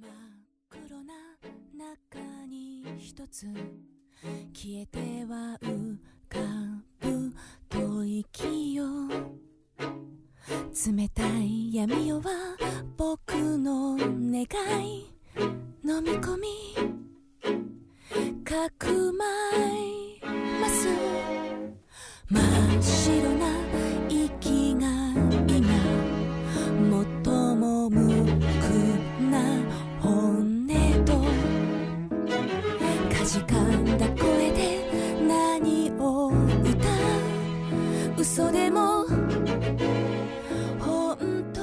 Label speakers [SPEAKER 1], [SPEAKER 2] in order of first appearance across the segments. [SPEAKER 1] 真っ黒な中に一つ消えては浮かぶ吐息よ冷たい闇夜は僕の願い飲み込みかくまいます真っ白な息が今最も無垢な本音とかじかんだ声で何を歌う嘘でも本当で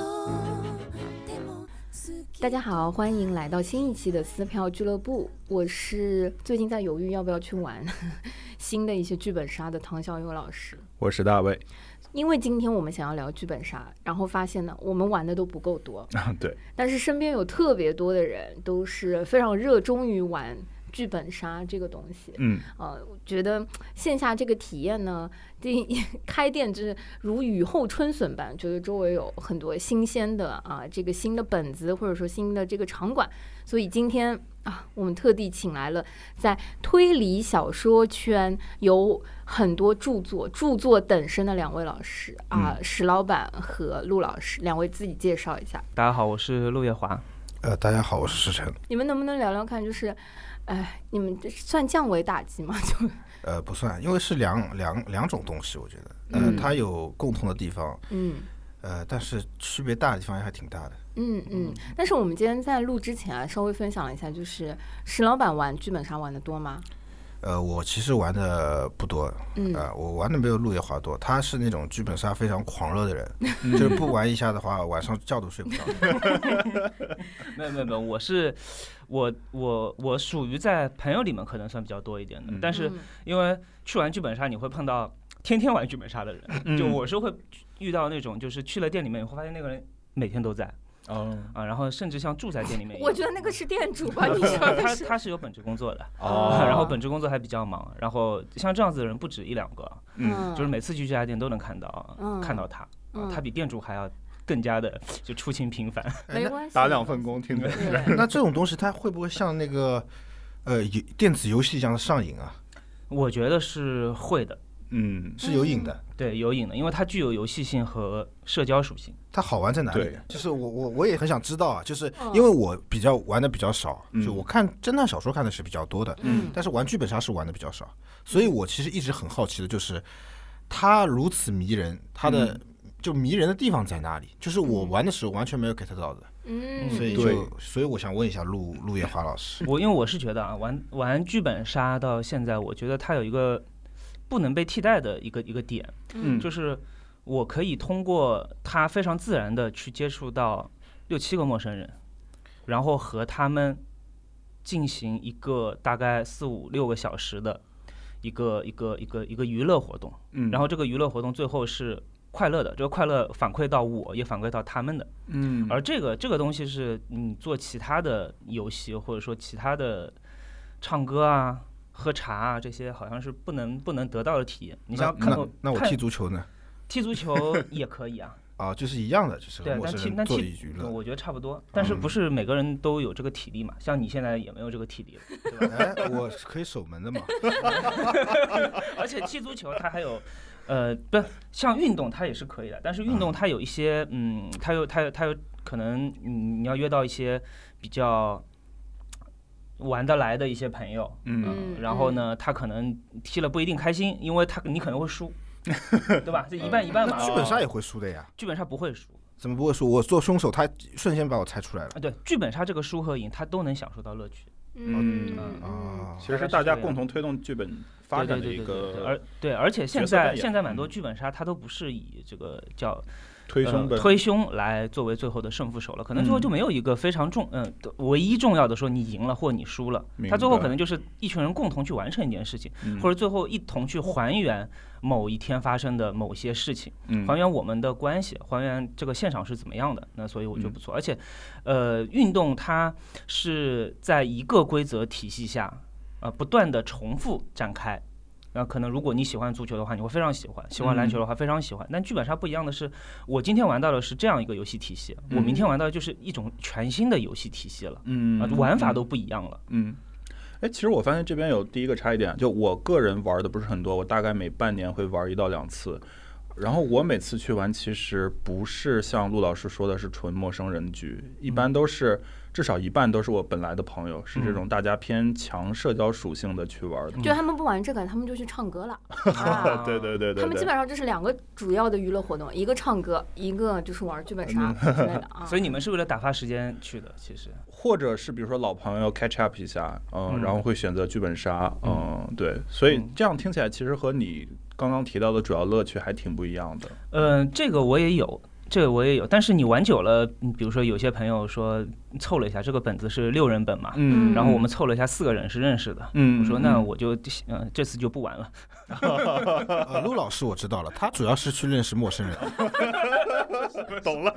[SPEAKER 1] も好き
[SPEAKER 2] 大家好，欢迎来到新一期的撕票俱乐部。我是最近在犹豫要不要去玩 新的一些剧本杀的唐小友老师，
[SPEAKER 3] 我是大卫
[SPEAKER 2] 因为今天我们想要聊剧本杀，然后发现呢，我们玩的都不够多，
[SPEAKER 3] 啊，对，
[SPEAKER 2] 但是身边有特别多的人都是非常热衷于玩剧本杀这个东西。
[SPEAKER 3] 嗯，
[SPEAKER 2] 呃，我觉得线下这个体验呢，第一 开店就是如雨后春笋般，觉得周围有很多新鲜的啊，这个新的本子或者说新的这个场馆，所以今天啊，我们特地请来了在推理小说圈有很多著作、著作等身的两位老师啊，石老板和陆老师，两位自己介绍一下。
[SPEAKER 4] 大家好，我是陆月华。
[SPEAKER 5] 呃，大家好，我是石晨。
[SPEAKER 2] 你们能不能聊聊看，就是，哎，你们这算降维打击吗？就
[SPEAKER 5] 呃，不算，因为是两两两种东西，我觉得，呃，
[SPEAKER 2] 嗯
[SPEAKER 5] 它有共同的地方，
[SPEAKER 2] 嗯。
[SPEAKER 5] 呃，但是区别大的地方还挺大的。
[SPEAKER 2] 嗯嗯，但是我们今天在录之前啊，稍微分享了一下，就是石老板玩剧本杀玩的多吗？
[SPEAKER 5] 呃，我其实玩的不多，
[SPEAKER 2] 嗯
[SPEAKER 5] 呃，我玩的没有陆夜华多。他是那种剧本杀非常狂热的
[SPEAKER 3] 嗯
[SPEAKER 5] 人，就是不玩一下的话， 晚上觉都睡不着。
[SPEAKER 4] 没有没有没有，我是我我我属于在朋友里面可能算比较多一点的，
[SPEAKER 3] 嗯
[SPEAKER 4] 但是
[SPEAKER 2] 嗯
[SPEAKER 4] 因为去玩剧本杀，你会碰到天天玩剧本杀的人，就我是会遇到那种就是去了店里面，你会发现那个人每天都在
[SPEAKER 3] 哦
[SPEAKER 4] 啊，然后甚至像住在店里面一 样。
[SPEAKER 2] 我觉得那个是店主吧，你说
[SPEAKER 4] 他
[SPEAKER 2] 的
[SPEAKER 4] 他
[SPEAKER 2] 是。
[SPEAKER 4] 他是有本职工作的，
[SPEAKER 2] 哦
[SPEAKER 4] 然后本职工作还比较忙，然后像这样子的人不止一两个，
[SPEAKER 3] 嗯，
[SPEAKER 4] 就是每次去这家店都能看到，
[SPEAKER 2] 嗯
[SPEAKER 4] 看到他、
[SPEAKER 2] 嗯
[SPEAKER 4] 啊，他比店主还要更加的就出勤频繁。
[SPEAKER 5] 哎
[SPEAKER 2] 没
[SPEAKER 5] 那
[SPEAKER 2] 关系，
[SPEAKER 3] 打两份工，听着，
[SPEAKER 2] 对。
[SPEAKER 5] 那这种东西，它会不会像那个呃游电子游戏一样的上瘾啊？
[SPEAKER 4] 我觉得是会的，
[SPEAKER 3] 嗯，
[SPEAKER 5] 是有瘾的。
[SPEAKER 4] 对，有瘾的，因为它具有游戏性和社交属性。
[SPEAKER 5] 它好玩在哪里
[SPEAKER 3] 对？
[SPEAKER 5] 就是我我我也很想知道啊，就是
[SPEAKER 2] 嗯
[SPEAKER 5] 因为我比较玩的比较少，
[SPEAKER 3] 嗯
[SPEAKER 5] 就我看侦探小说看的是比较多的，
[SPEAKER 2] 嗯
[SPEAKER 5] 但是玩剧本杀是玩的比较少，所以我其实一直很好奇的就是，它如此迷人，它的、
[SPEAKER 4] 嗯
[SPEAKER 5] 就迷人的地方在哪里？就是我玩的时候完全没有 get 到的，
[SPEAKER 2] 嗯，
[SPEAKER 5] 所以
[SPEAKER 3] 对
[SPEAKER 5] 就所以我想问一下陆陆夜华老师，
[SPEAKER 4] 我因为我是觉得啊，玩玩剧本杀到现在，我觉得它有一个不能被替代的一个一个点，
[SPEAKER 3] 嗯
[SPEAKER 4] 就是我可以通过它非常自然的去接触到六七个陌生人，然后和他们进行一个大概四五六个小时的一个一个一个一个娱乐活动。
[SPEAKER 3] 嗯
[SPEAKER 4] 然后这个娱乐活动最后是快乐的，这个快乐反馈到我，也反馈到他们的。
[SPEAKER 3] 嗯，
[SPEAKER 4] 而这个这个东西是你做其他的游戏，或者说其他的唱歌啊、喝茶啊这些，好像是不能不能得到的体验。你像
[SPEAKER 5] 那
[SPEAKER 4] 看
[SPEAKER 5] 那
[SPEAKER 4] 过
[SPEAKER 5] 那我
[SPEAKER 4] 看
[SPEAKER 5] 踢足球呢？
[SPEAKER 4] 踢足 球也可以啊，
[SPEAKER 5] 啊，就是一样的，就是和
[SPEAKER 4] 对，
[SPEAKER 5] 陌
[SPEAKER 4] 但踢
[SPEAKER 5] 生
[SPEAKER 4] 但
[SPEAKER 5] 人做
[SPEAKER 4] 踢
[SPEAKER 5] 一娱乐。嗯
[SPEAKER 4] 我觉得差不多，但是不是每个人都有这个体力嘛？像你现在也没有这个体力了，对吧？
[SPEAKER 5] 哎， 我是可以守门的 嘛？
[SPEAKER 4] 而且踢足球它还有。呃，不，像运动它也是可以的，但是运动它有一些，嗯，它有它有它有可能，嗯，你要约到一些比较玩得来的一些朋友，
[SPEAKER 3] 嗯
[SPEAKER 2] 嗯
[SPEAKER 4] 然后呢，他可能踢了不一定开心，因为他你可能会 输，对吧？这一
[SPEAKER 3] 嗯
[SPEAKER 4] 半一半嘛。啊
[SPEAKER 5] 那剧本杀也会输的呀。
[SPEAKER 4] 剧本杀不会输
[SPEAKER 5] 怎么不会输？我做凶手，他瞬间把我猜出来了。
[SPEAKER 4] 啊，对，剧本杀这个输和赢他都能享受到乐趣。
[SPEAKER 2] 嗯
[SPEAKER 3] 嗯
[SPEAKER 2] 嗯
[SPEAKER 5] 啊，
[SPEAKER 3] 其实是大家共同推动剧本发展的
[SPEAKER 4] 对
[SPEAKER 3] 一
[SPEAKER 4] 对对对对
[SPEAKER 3] 个
[SPEAKER 4] 而对，而且现
[SPEAKER 3] 角色扮
[SPEAKER 4] 在
[SPEAKER 3] 演嗯
[SPEAKER 4] 现在蛮多剧本杀它都不是以这个叫
[SPEAKER 3] 推胸
[SPEAKER 4] 呃
[SPEAKER 3] 本，
[SPEAKER 4] 推胸来作为最后的胜负手了，可能最后
[SPEAKER 3] 嗯
[SPEAKER 4] 就没有一个非常重嗯、唯一重要的说你赢了或你输了，
[SPEAKER 3] 明
[SPEAKER 4] 他最后
[SPEAKER 3] 白
[SPEAKER 4] 可能就是一群人共同去完成一件事情，
[SPEAKER 3] 嗯
[SPEAKER 4] 或者最后一同去还原某一天发生的某些事情。
[SPEAKER 3] 嗯
[SPEAKER 4] 还原我们的关系，还原这个现场是怎么样的。那所以我觉得
[SPEAKER 3] 嗯
[SPEAKER 4] 不错，而且，呃，运动它是在一个规则体系下，呃，不断的重复展开。然后可能如果你喜欢足球的话，你会非常喜欢；喜欢篮球的
[SPEAKER 3] 嗯
[SPEAKER 4] 话，非常喜欢。但剧本杀不一样的是，我今天玩到的是这样一个游戏体系，我明天玩到的就是一种全新的游戏体系了，
[SPEAKER 3] 嗯
[SPEAKER 4] 啊，玩法都不一样了。
[SPEAKER 3] 嗯。哎，其实我发现这边有第一个差异点，就我个人玩的不是很多，我大概每半年会玩一到两次。然后我每次去玩，其实不是像陆老师说的是纯陌生人局，一般都是至少一半都是我本来的朋友，是这种大家偏强社交属性的去玩的。
[SPEAKER 2] 就他们不玩这个，他们就去唱歌 了。
[SPEAKER 4] 啊
[SPEAKER 3] 对对对对对，
[SPEAKER 2] 他们基本上就是两个主要的娱乐活动，一个唱歌，一个就是玩剧本杀
[SPEAKER 3] 嗯
[SPEAKER 2] 之类的啊。
[SPEAKER 4] 所以你们是为了打发时间去的，其实。
[SPEAKER 3] 或者是比如说老朋友 catch up 一下，嗯，
[SPEAKER 4] 嗯
[SPEAKER 3] 然后会选择剧本杀，
[SPEAKER 4] 嗯
[SPEAKER 3] 嗯，对，所以
[SPEAKER 4] 嗯
[SPEAKER 3] 这样听起来其实和你刚刚提到的主要乐趣还挺不一样的。
[SPEAKER 4] 呃，这个我也有，这个我也有，但是你玩久了，嗯比如说有些朋友说凑了一下，这个本子是六人本嘛，
[SPEAKER 2] 嗯
[SPEAKER 4] 然后我们凑了一下，四个人是认识的。
[SPEAKER 3] 嗯，
[SPEAKER 4] 我说那我就呃这次就不玩了，
[SPEAKER 5] 呃，陆老师我知道了，他主要是去认识陌生人。
[SPEAKER 3] 懂了，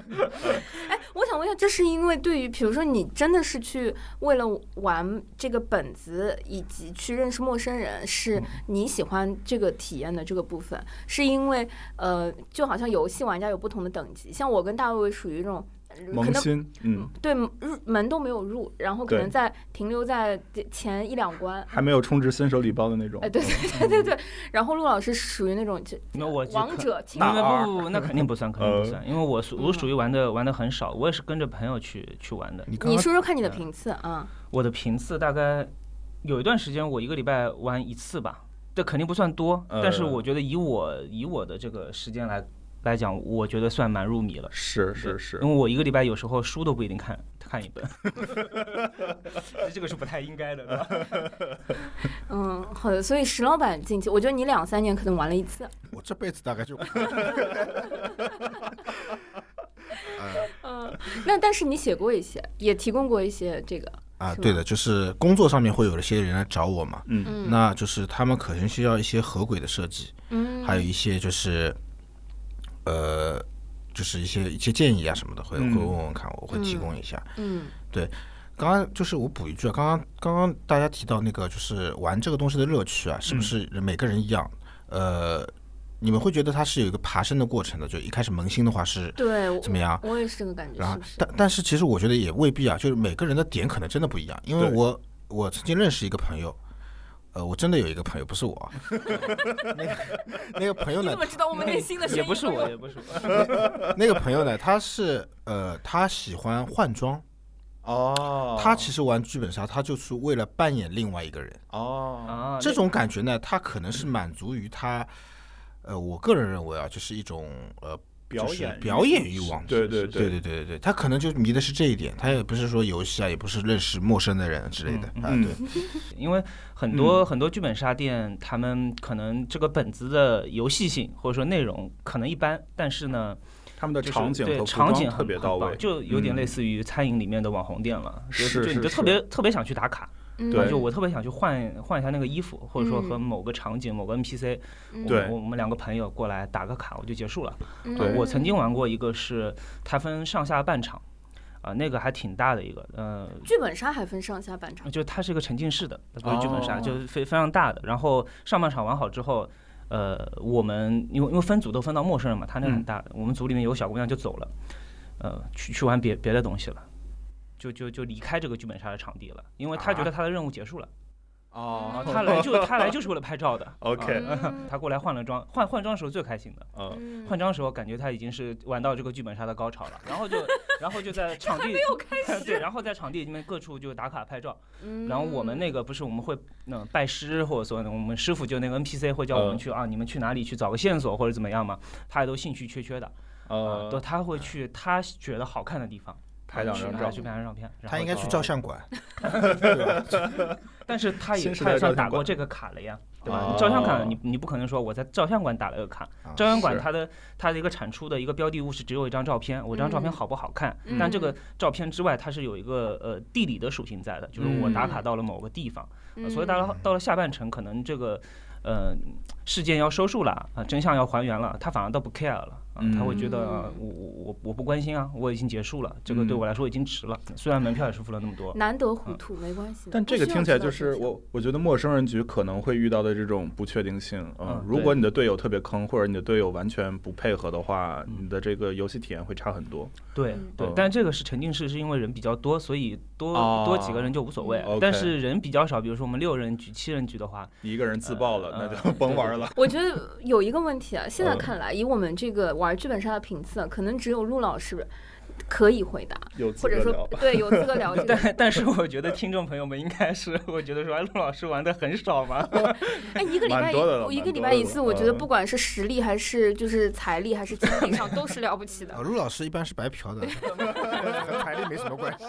[SPEAKER 2] 我想问一下，这是因为对于比如说你真的是去为了玩这个本子，以及去认识陌生人，
[SPEAKER 3] 嗯
[SPEAKER 2] 是你喜欢这个体验的这个部分，是因为呃，就好像游戏玩家有不同的等级，像我跟大卫属于这种。呃可
[SPEAKER 3] 萌
[SPEAKER 2] 能
[SPEAKER 3] 新，嗯，
[SPEAKER 2] 对入门都没有入，然后可
[SPEAKER 3] 对
[SPEAKER 2] 能在停留在前一两关，
[SPEAKER 3] 还没有充值新手礼包的那种
[SPEAKER 2] 哎，，对对对对对。
[SPEAKER 3] 嗯
[SPEAKER 2] 然后陆老师属于那种就
[SPEAKER 4] 那我就
[SPEAKER 2] 王
[SPEAKER 4] 可
[SPEAKER 2] 者青
[SPEAKER 4] 那
[SPEAKER 2] 年，
[SPEAKER 4] 那不不，那肯定不算，肯定不
[SPEAKER 3] 呃
[SPEAKER 4] 算，因为我属我
[SPEAKER 2] 嗯
[SPEAKER 4] 属于玩的玩的很少，我也是跟着朋友去去玩的。
[SPEAKER 5] 你刚
[SPEAKER 2] 你
[SPEAKER 5] 刚
[SPEAKER 2] 说说看你的频次啊？
[SPEAKER 4] 我的频次大概有一段时间，我一个礼拜玩一次吧，这肯定不算多，
[SPEAKER 3] 呃
[SPEAKER 4] 但是我觉得以我以我的这个时间来来讲，我觉得算蛮入迷了。
[SPEAKER 3] 是
[SPEAKER 4] 对
[SPEAKER 3] 是是
[SPEAKER 4] 因，为我一个礼拜有时候书都不一定看看一本， 这个是不太应该的，对吧？
[SPEAKER 2] 嗯，好的。所以石老板进去，我觉得你两三年可能玩了一次。
[SPEAKER 5] 我这辈子大 概就，
[SPEAKER 2] 嗯，那但是你写过一些，也提供过一些这个，
[SPEAKER 5] 啊，
[SPEAKER 2] 是吧
[SPEAKER 5] 对的，就是工作上面会有一些人来找我嘛，
[SPEAKER 3] 嗯
[SPEAKER 2] 嗯
[SPEAKER 5] 那就是他们可能需要一些合轨的设计，
[SPEAKER 2] 嗯，
[SPEAKER 5] 还有一些就是，呃，就是一些一些建议啊什么的，会
[SPEAKER 3] 嗯
[SPEAKER 5] 会问问看，我会提供一下。
[SPEAKER 2] 嗯
[SPEAKER 5] 刚刚就是我补一句啊，刚刚刚刚大家提到那个就是玩这个东西的乐趣啊，是
[SPEAKER 2] 嗯
[SPEAKER 5] 不是每个人一样？呃，你们会觉得它是有一个爬升的过程的，就一开始萌新的话是
[SPEAKER 2] 对，我
[SPEAKER 5] 怎么
[SPEAKER 3] 啊
[SPEAKER 5] 样？
[SPEAKER 2] 我也是这个感觉，
[SPEAKER 5] 然
[SPEAKER 2] 是
[SPEAKER 5] 后
[SPEAKER 2] 不，是？
[SPEAKER 5] 但但是其实我觉得也未必啊，就是每个人的点可能真的不一样，因为
[SPEAKER 3] 对
[SPEAKER 5] 我我曾经认识一个朋友，呃，我真的有一个朋友，不是我 啊，那个那个朋友
[SPEAKER 2] 你
[SPEAKER 5] 呢
[SPEAKER 2] 怎么，知道我们内心的声音？
[SPEAKER 4] 也不是我，也不是我，
[SPEAKER 5] 那个朋友呢，他是呃，他喜欢换装，
[SPEAKER 3] 哦
[SPEAKER 5] 他其实玩剧本杀，他就是为了扮演另外一个人，
[SPEAKER 3] 哦，
[SPEAKER 4] 啊，
[SPEAKER 5] 这种感觉呢，他可能是满足于他，呃，我个人认为啊，就是一种呃。
[SPEAKER 3] 表
[SPEAKER 5] 就是
[SPEAKER 3] 演欲
[SPEAKER 5] 表演欲望，
[SPEAKER 3] 对对
[SPEAKER 5] 对对对对对，他可能就迷的是这一点，他也不是说游戏啊，也不是认识陌生的人之类的
[SPEAKER 4] 嗯
[SPEAKER 5] 啊，
[SPEAKER 3] 嗯
[SPEAKER 5] 对，
[SPEAKER 4] 因为很多、很多剧本杀店，他们可能这个本子的游戏性或者说内容可能一般，但是呢，
[SPEAKER 3] 他们的
[SPEAKER 4] 就是
[SPEAKER 3] 场景
[SPEAKER 4] 对
[SPEAKER 3] 和服
[SPEAKER 4] 场
[SPEAKER 3] 装
[SPEAKER 4] 景
[SPEAKER 3] 特
[SPEAKER 4] 很
[SPEAKER 3] 别
[SPEAKER 4] 很
[SPEAKER 3] 到
[SPEAKER 4] 棒
[SPEAKER 3] 位，
[SPEAKER 4] 就有点类
[SPEAKER 3] 嗯
[SPEAKER 4] 似于餐饮里面的网红店了，就是就你
[SPEAKER 3] 是
[SPEAKER 4] 就特别特别想去打卡，
[SPEAKER 2] 嗯
[SPEAKER 3] 对
[SPEAKER 4] 就我特别想去换换一下那个衣服，或者说和
[SPEAKER 2] 嗯
[SPEAKER 4] 某个场景、某个 NPC，
[SPEAKER 2] 嗯
[SPEAKER 4] 我
[SPEAKER 3] 对
[SPEAKER 4] 我们两个朋友过来打个卡，我就结束了。
[SPEAKER 2] 嗯
[SPEAKER 3] 对
[SPEAKER 4] 我曾经玩过一个是它分上下半场，啊、那个还挺大的一个，呃，
[SPEAKER 2] 剧本杀还分上下半场，
[SPEAKER 4] 就它是一个沉浸式的，它不是剧本杀，
[SPEAKER 2] 哦
[SPEAKER 4] 就是非非常大的。然后上半场玩好之后，呃，我们因为因为分组都分到陌生人嘛，他那
[SPEAKER 3] 嗯
[SPEAKER 4] 个很大的，我们组里面有个小姑娘就走了，呃，去去玩别别的东西了。就就就离开这个剧本杀的场地了，因为她觉得她的任务结束了。啊，
[SPEAKER 3] 哦
[SPEAKER 4] 她来就她来就是为了拍 照的。
[SPEAKER 3] OK
[SPEAKER 4] 啊 她过来换了妆，换换装时候最开心的。
[SPEAKER 3] 嗯，
[SPEAKER 2] 嗯
[SPEAKER 4] 换装时候感觉她已经是玩到这个剧本杀的高潮了，然后就然后就在场地 对，然后在场地里面各处就打卡拍照。
[SPEAKER 2] 嗯
[SPEAKER 4] 然后我们
[SPEAKER 3] 哦
[SPEAKER 4] 那个不是我们会那、呃拜师或者说我们师傅就那个 NPC 会叫我们
[SPEAKER 3] 嗯
[SPEAKER 4] 去、啊，你们去哪里去找个线索或者怎么样嘛，他也都兴趣缺缺的，啊
[SPEAKER 3] 呃
[SPEAKER 4] 都，他会去他觉得好看的地方
[SPEAKER 3] 拍两
[SPEAKER 4] 去
[SPEAKER 3] 张
[SPEAKER 4] 拿
[SPEAKER 3] 照
[SPEAKER 4] 去，拍张照片，然
[SPEAKER 5] 他
[SPEAKER 4] 后
[SPEAKER 5] 应该
[SPEAKER 4] 就
[SPEAKER 5] 去照相馆，
[SPEAKER 4] 但是他也
[SPEAKER 3] 新时
[SPEAKER 4] 他
[SPEAKER 3] 代
[SPEAKER 4] 也算
[SPEAKER 3] 照相
[SPEAKER 4] 打过
[SPEAKER 3] 馆
[SPEAKER 4] 这个卡了呀。对
[SPEAKER 3] 哦
[SPEAKER 4] 吧？照相馆你你不可能说我在照相馆打了个卡，
[SPEAKER 5] 啊
[SPEAKER 4] 照相馆
[SPEAKER 3] 是
[SPEAKER 4] 它的它的一个产出的一个标的物是只有一张照片，我这张照片
[SPEAKER 2] 嗯
[SPEAKER 4] 好不好看？
[SPEAKER 2] 嗯
[SPEAKER 4] 但这个照片之外，它是有一个呃地理的属性在的，就是我打卡
[SPEAKER 2] 嗯
[SPEAKER 4] 到了某个地方，
[SPEAKER 2] 嗯
[SPEAKER 4] 所以到了到了下半程，可能这个呃事件要收束了啊，真相要还原了，他反而倒不 care 了啊，
[SPEAKER 2] 嗯
[SPEAKER 4] 他会觉得、啊我我我我不关心啊，我已经结束了，这个对我来说已经值了，
[SPEAKER 2] 嗯
[SPEAKER 4] 虽然门票也是付了那么多。
[SPEAKER 2] 难得糊涂，没关系的。
[SPEAKER 3] 但
[SPEAKER 2] 嗯不
[SPEAKER 3] 这个
[SPEAKER 2] 需要
[SPEAKER 3] 听起来
[SPEAKER 2] 知道
[SPEAKER 3] 就是
[SPEAKER 2] 真相
[SPEAKER 3] 我，我觉得陌生人局可能会遇到的这种不确定性啊
[SPEAKER 4] 嗯。
[SPEAKER 3] 如
[SPEAKER 4] 对
[SPEAKER 3] 果你的队友特别坑，或者你的队友完全不配合的话，你的这个游戏体验会差很多。
[SPEAKER 4] 对
[SPEAKER 2] 嗯
[SPEAKER 4] 对
[SPEAKER 3] 嗯，
[SPEAKER 4] 但这个是沉浸式，是因为人比较多，所以多
[SPEAKER 3] 哦
[SPEAKER 4] 多几个人就无所谓
[SPEAKER 3] 嗯。
[SPEAKER 4] 但
[SPEAKER 3] OK
[SPEAKER 4] 是人比较少，比如说我们六人局、七人局的话，
[SPEAKER 3] 你一个人自爆了，
[SPEAKER 4] 呃
[SPEAKER 3] 那就甭玩了。
[SPEAKER 2] 我觉得有一个问题啊，现在
[SPEAKER 3] 嗯
[SPEAKER 2] 看来，以我们这个玩剧本杀的频次啊，可能只有陆老师可以回答，
[SPEAKER 3] 有资
[SPEAKER 2] 或者
[SPEAKER 3] 格
[SPEAKER 2] 说
[SPEAKER 3] 聊。
[SPEAKER 2] 对有资格聊 这个。
[SPEAKER 4] 但但是我觉得听众朋友们应该是，我觉得说，哎，陆老师玩的很少嘛。
[SPEAKER 2] 哎，一个礼拜
[SPEAKER 3] 蛮多的了
[SPEAKER 2] 一一个
[SPEAKER 3] 蛮
[SPEAKER 2] 礼
[SPEAKER 3] 多
[SPEAKER 2] 拜
[SPEAKER 3] 的
[SPEAKER 2] 一
[SPEAKER 3] 了
[SPEAKER 2] 次，我觉得
[SPEAKER 3] 嗯
[SPEAKER 2] 不管是实力还是就是财力还是精力上，都是了不起的
[SPEAKER 5] 啊，。陆老师一般是白嫖 的，和财力没什么关系。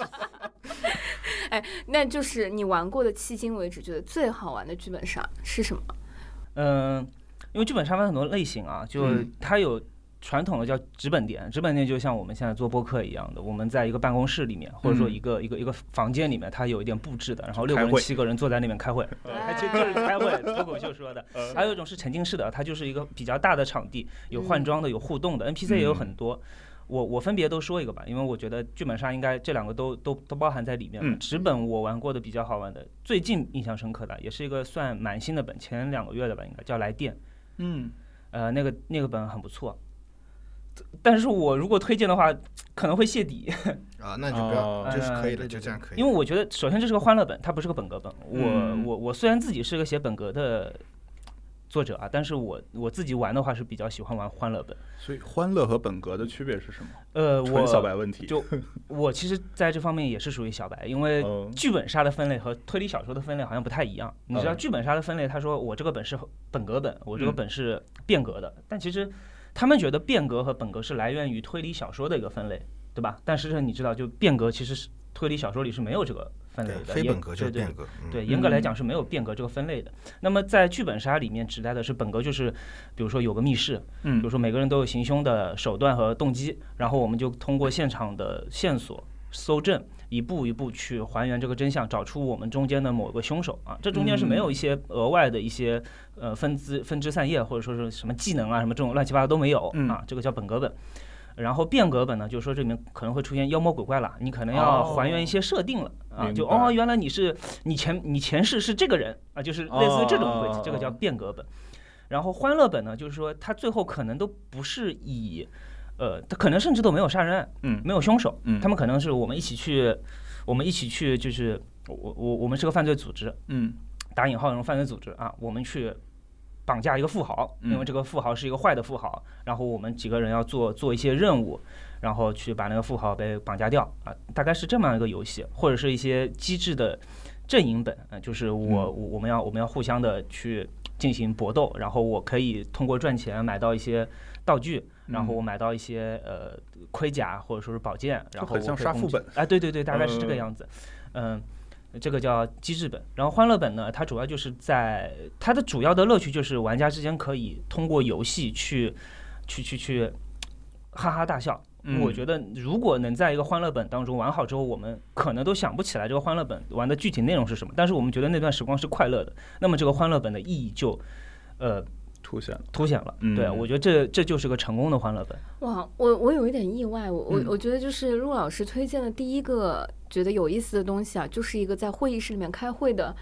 [SPEAKER 2] 那就是你玩过的迄今为止觉得最好玩的剧本杀是什么？
[SPEAKER 4] 嗯，因为剧本杀分很多类型啊，就
[SPEAKER 3] 嗯
[SPEAKER 4] 它有传统的叫纸本店，纸本店就像我们现在做播客一样的，我们在一个办公室里面，或者说
[SPEAKER 3] 嗯
[SPEAKER 4] 一个一个一个房间里面，它有一点布置的，然后六个
[SPEAKER 3] 开
[SPEAKER 4] 人、
[SPEAKER 3] 会
[SPEAKER 4] 七个人坐在那边开会，
[SPEAKER 2] 哎
[SPEAKER 4] 就就是开会，脱口秀说的。
[SPEAKER 3] 呃
[SPEAKER 4] 还有一种是沉浸式的，它就是一个比较大的场地，有换装的，有互动的，NPC 也有很多。我我分别都说一个吧，因为我觉得剧本杀应该这两个都都都包含在里面了。
[SPEAKER 3] 嗯
[SPEAKER 4] 纸本我玩过的比较好玩的，最近印象深刻的也是一个算蛮新的本，前两个月的吧，应该叫《来电》。
[SPEAKER 3] 嗯，
[SPEAKER 4] 呃，那个那个本很不错，但是我如果推荐的话，可能会泄底。
[SPEAKER 5] 啊，那你就不要，
[SPEAKER 3] 哦
[SPEAKER 5] 就是可以了，
[SPEAKER 4] 哎
[SPEAKER 5] 就这样可以。
[SPEAKER 4] 因为我觉得，首先这是个欢乐本，它不是个本格本。我、
[SPEAKER 3] 嗯
[SPEAKER 4] 我我虽然自己是个写本格的作者啊，但是我我自己玩的话是比较喜欢玩欢乐本。
[SPEAKER 3] 所以欢乐和本格的区别是什么？
[SPEAKER 4] 呃，我
[SPEAKER 3] 纯小白问题。
[SPEAKER 4] 就我其实在这方面也是属于小白，因
[SPEAKER 5] 哦
[SPEAKER 4] 为
[SPEAKER 3] 嗯
[SPEAKER 4] 剧本杀的分类和推理小说的分类好像不太一样。你知道
[SPEAKER 5] 哦
[SPEAKER 3] 嗯
[SPEAKER 4] 剧本杀的分类，他说我这个本是本格本，我这个
[SPEAKER 3] 嗯
[SPEAKER 4] 本是变革的，但其实他们觉得变革和本格是来源于推理小说的一个分类，对吧？但是你知道，就变革其实是推理小说里是没有这个分类
[SPEAKER 5] 对，
[SPEAKER 4] 的，
[SPEAKER 5] 非
[SPEAKER 4] 也
[SPEAKER 5] 本格就是
[SPEAKER 4] 对对
[SPEAKER 5] 变革。嗯
[SPEAKER 4] 对，严格来讲是没有变革这个分类的。那么在剧本杀里面指代的是本格，就是比如说有个密室，比
[SPEAKER 3] 嗯
[SPEAKER 4] 如说每个人都有行凶的手段和动机，然后我们就通过现场的线索搜证，一步一步去还原这个真相，找出我们中间的某个凶手啊。这中间是没有
[SPEAKER 3] 嗯
[SPEAKER 4] 一些额外的一些呃分支分支散叶或者说是什么技能啊什么这种乱七八糟都没有
[SPEAKER 3] 嗯
[SPEAKER 4] 啊，这个叫本格本。然后变革本呢，就是说这里面可能会出现妖魔鬼怪了，你可能要
[SPEAKER 3] 哦
[SPEAKER 4] 还原一些设定了、啊，
[SPEAKER 3] 明
[SPEAKER 4] 就
[SPEAKER 3] 白
[SPEAKER 4] 哦，原来你是你前你前世是这个人啊，就是类似于这种轨迹
[SPEAKER 3] 哦，
[SPEAKER 4] 这个叫变革本。然后欢乐本呢，就是说它最后可能都不是以，呃，它可能甚至都没有杀人案，
[SPEAKER 3] 嗯
[SPEAKER 4] 没有凶手，
[SPEAKER 3] 嗯
[SPEAKER 4] 他们可能是我们一起去，我们一起去，就是我我我我们是个犯罪组织，
[SPEAKER 3] 嗯
[SPEAKER 4] 打引号那种犯罪组织啊，我们去绑架一个富豪，
[SPEAKER 3] 嗯
[SPEAKER 4] 因为这个富豪是一个坏的富豪，然后我们几个人要做做一些任务，然后去把那个富豪被绑架掉啊，大概是这么样一个游戏，或者是一些机制的阵营本，啊、就是我
[SPEAKER 3] 嗯
[SPEAKER 4] 我我们要我们要互相的去进行搏斗，然后我可以通过赚钱买到一些道具。然
[SPEAKER 3] 嗯
[SPEAKER 4] 后我买到一些呃盔甲或者说是宝剑，然后
[SPEAKER 3] 很
[SPEAKER 4] 我
[SPEAKER 3] 像
[SPEAKER 4] 可以
[SPEAKER 3] 杀
[SPEAKER 4] 攻
[SPEAKER 3] 父
[SPEAKER 4] 击
[SPEAKER 3] 本
[SPEAKER 4] 啊，对对对，大概是这个
[SPEAKER 3] 嗯
[SPEAKER 4] 样子，嗯、这个叫机制本，然后欢乐本呢，它主要就是在它的主要的乐趣就是玩家之间可以通过游戏去去去去哈哈大笑。
[SPEAKER 3] 嗯
[SPEAKER 4] 我觉得如果能在一个欢乐本当中玩好之后，我们可能都想不起来这个欢乐本玩的具体内容是什么，但是我们觉得那段时光是快乐的，那么这个欢乐本的意义就呃
[SPEAKER 3] 凸显了。
[SPEAKER 4] 凸显了。
[SPEAKER 3] 嗯
[SPEAKER 4] 对我觉得这这就是个成功的欢乐本。
[SPEAKER 2] 哇，我我有一点意外，我我、
[SPEAKER 3] 嗯
[SPEAKER 2] 我觉得就是陆老师推荐的第一个觉得有意思的东西啊，就是一个在会议室里面开会的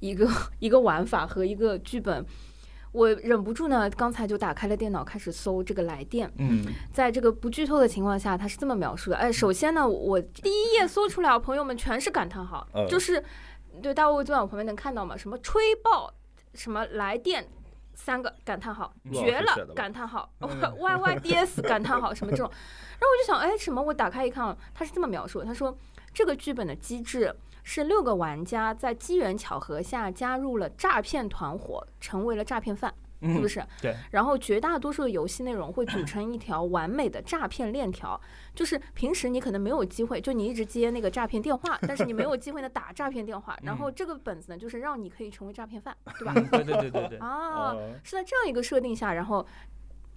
[SPEAKER 2] 一个 一个玩法和一个剧本。我忍不住呢，刚才就打开了电脑，开始搜这个来电。
[SPEAKER 3] 嗯，
[SPEAKER 2] 在这个不剧透的情况下，他是这么描述的：哎，首先呢，我第一页搜出来，我朋友们全是感叹号，
[SPEAKER 3] 嗯
[SPEAKER 2] 就是对大卫坐在我旁边能看到吗？什么吹爆，什么来电。三个感叹号，
[SPEAKER 3] 陆老师
[SPEAKER 2] 绝
[SPEAKER 3] 写的
[SPEAKER 2] 了
[SPEAKER 3] 吧！嗯
[SPEAKER 2] 感叹号，Y Y D S 感叹号，什么这种，然后我就想，哎，什么？我打开一看，他是这么描述的，他说这个剧本的机制是六个玩家在机缘巧合下加入了诈骗团伙，成为了诈骗犯。是
[SPEAKER 4] 嗯
[SPEAKER 2] 不，是？
[SPEAKER 4] 对。
[SPEAKER 2] 然后绝大多数的游戏内容会组成一条完美的诈骗链条，就是平时你可能没有机会，就你一直接那个诈骗电话，但是你没有机会呢打诈骗电话。
[SPEAKER 4] 嗯
[SPEAKER 2] 然后这个本子呢，就是让你可以成为诈骗犯，对吧？
[SPEAKER 4] 对对对对对。
[SPEAKER 2] 啊，
[SPEAKER 3] 哦
[SPEAKER 2] 是在这样一个设定下，然后。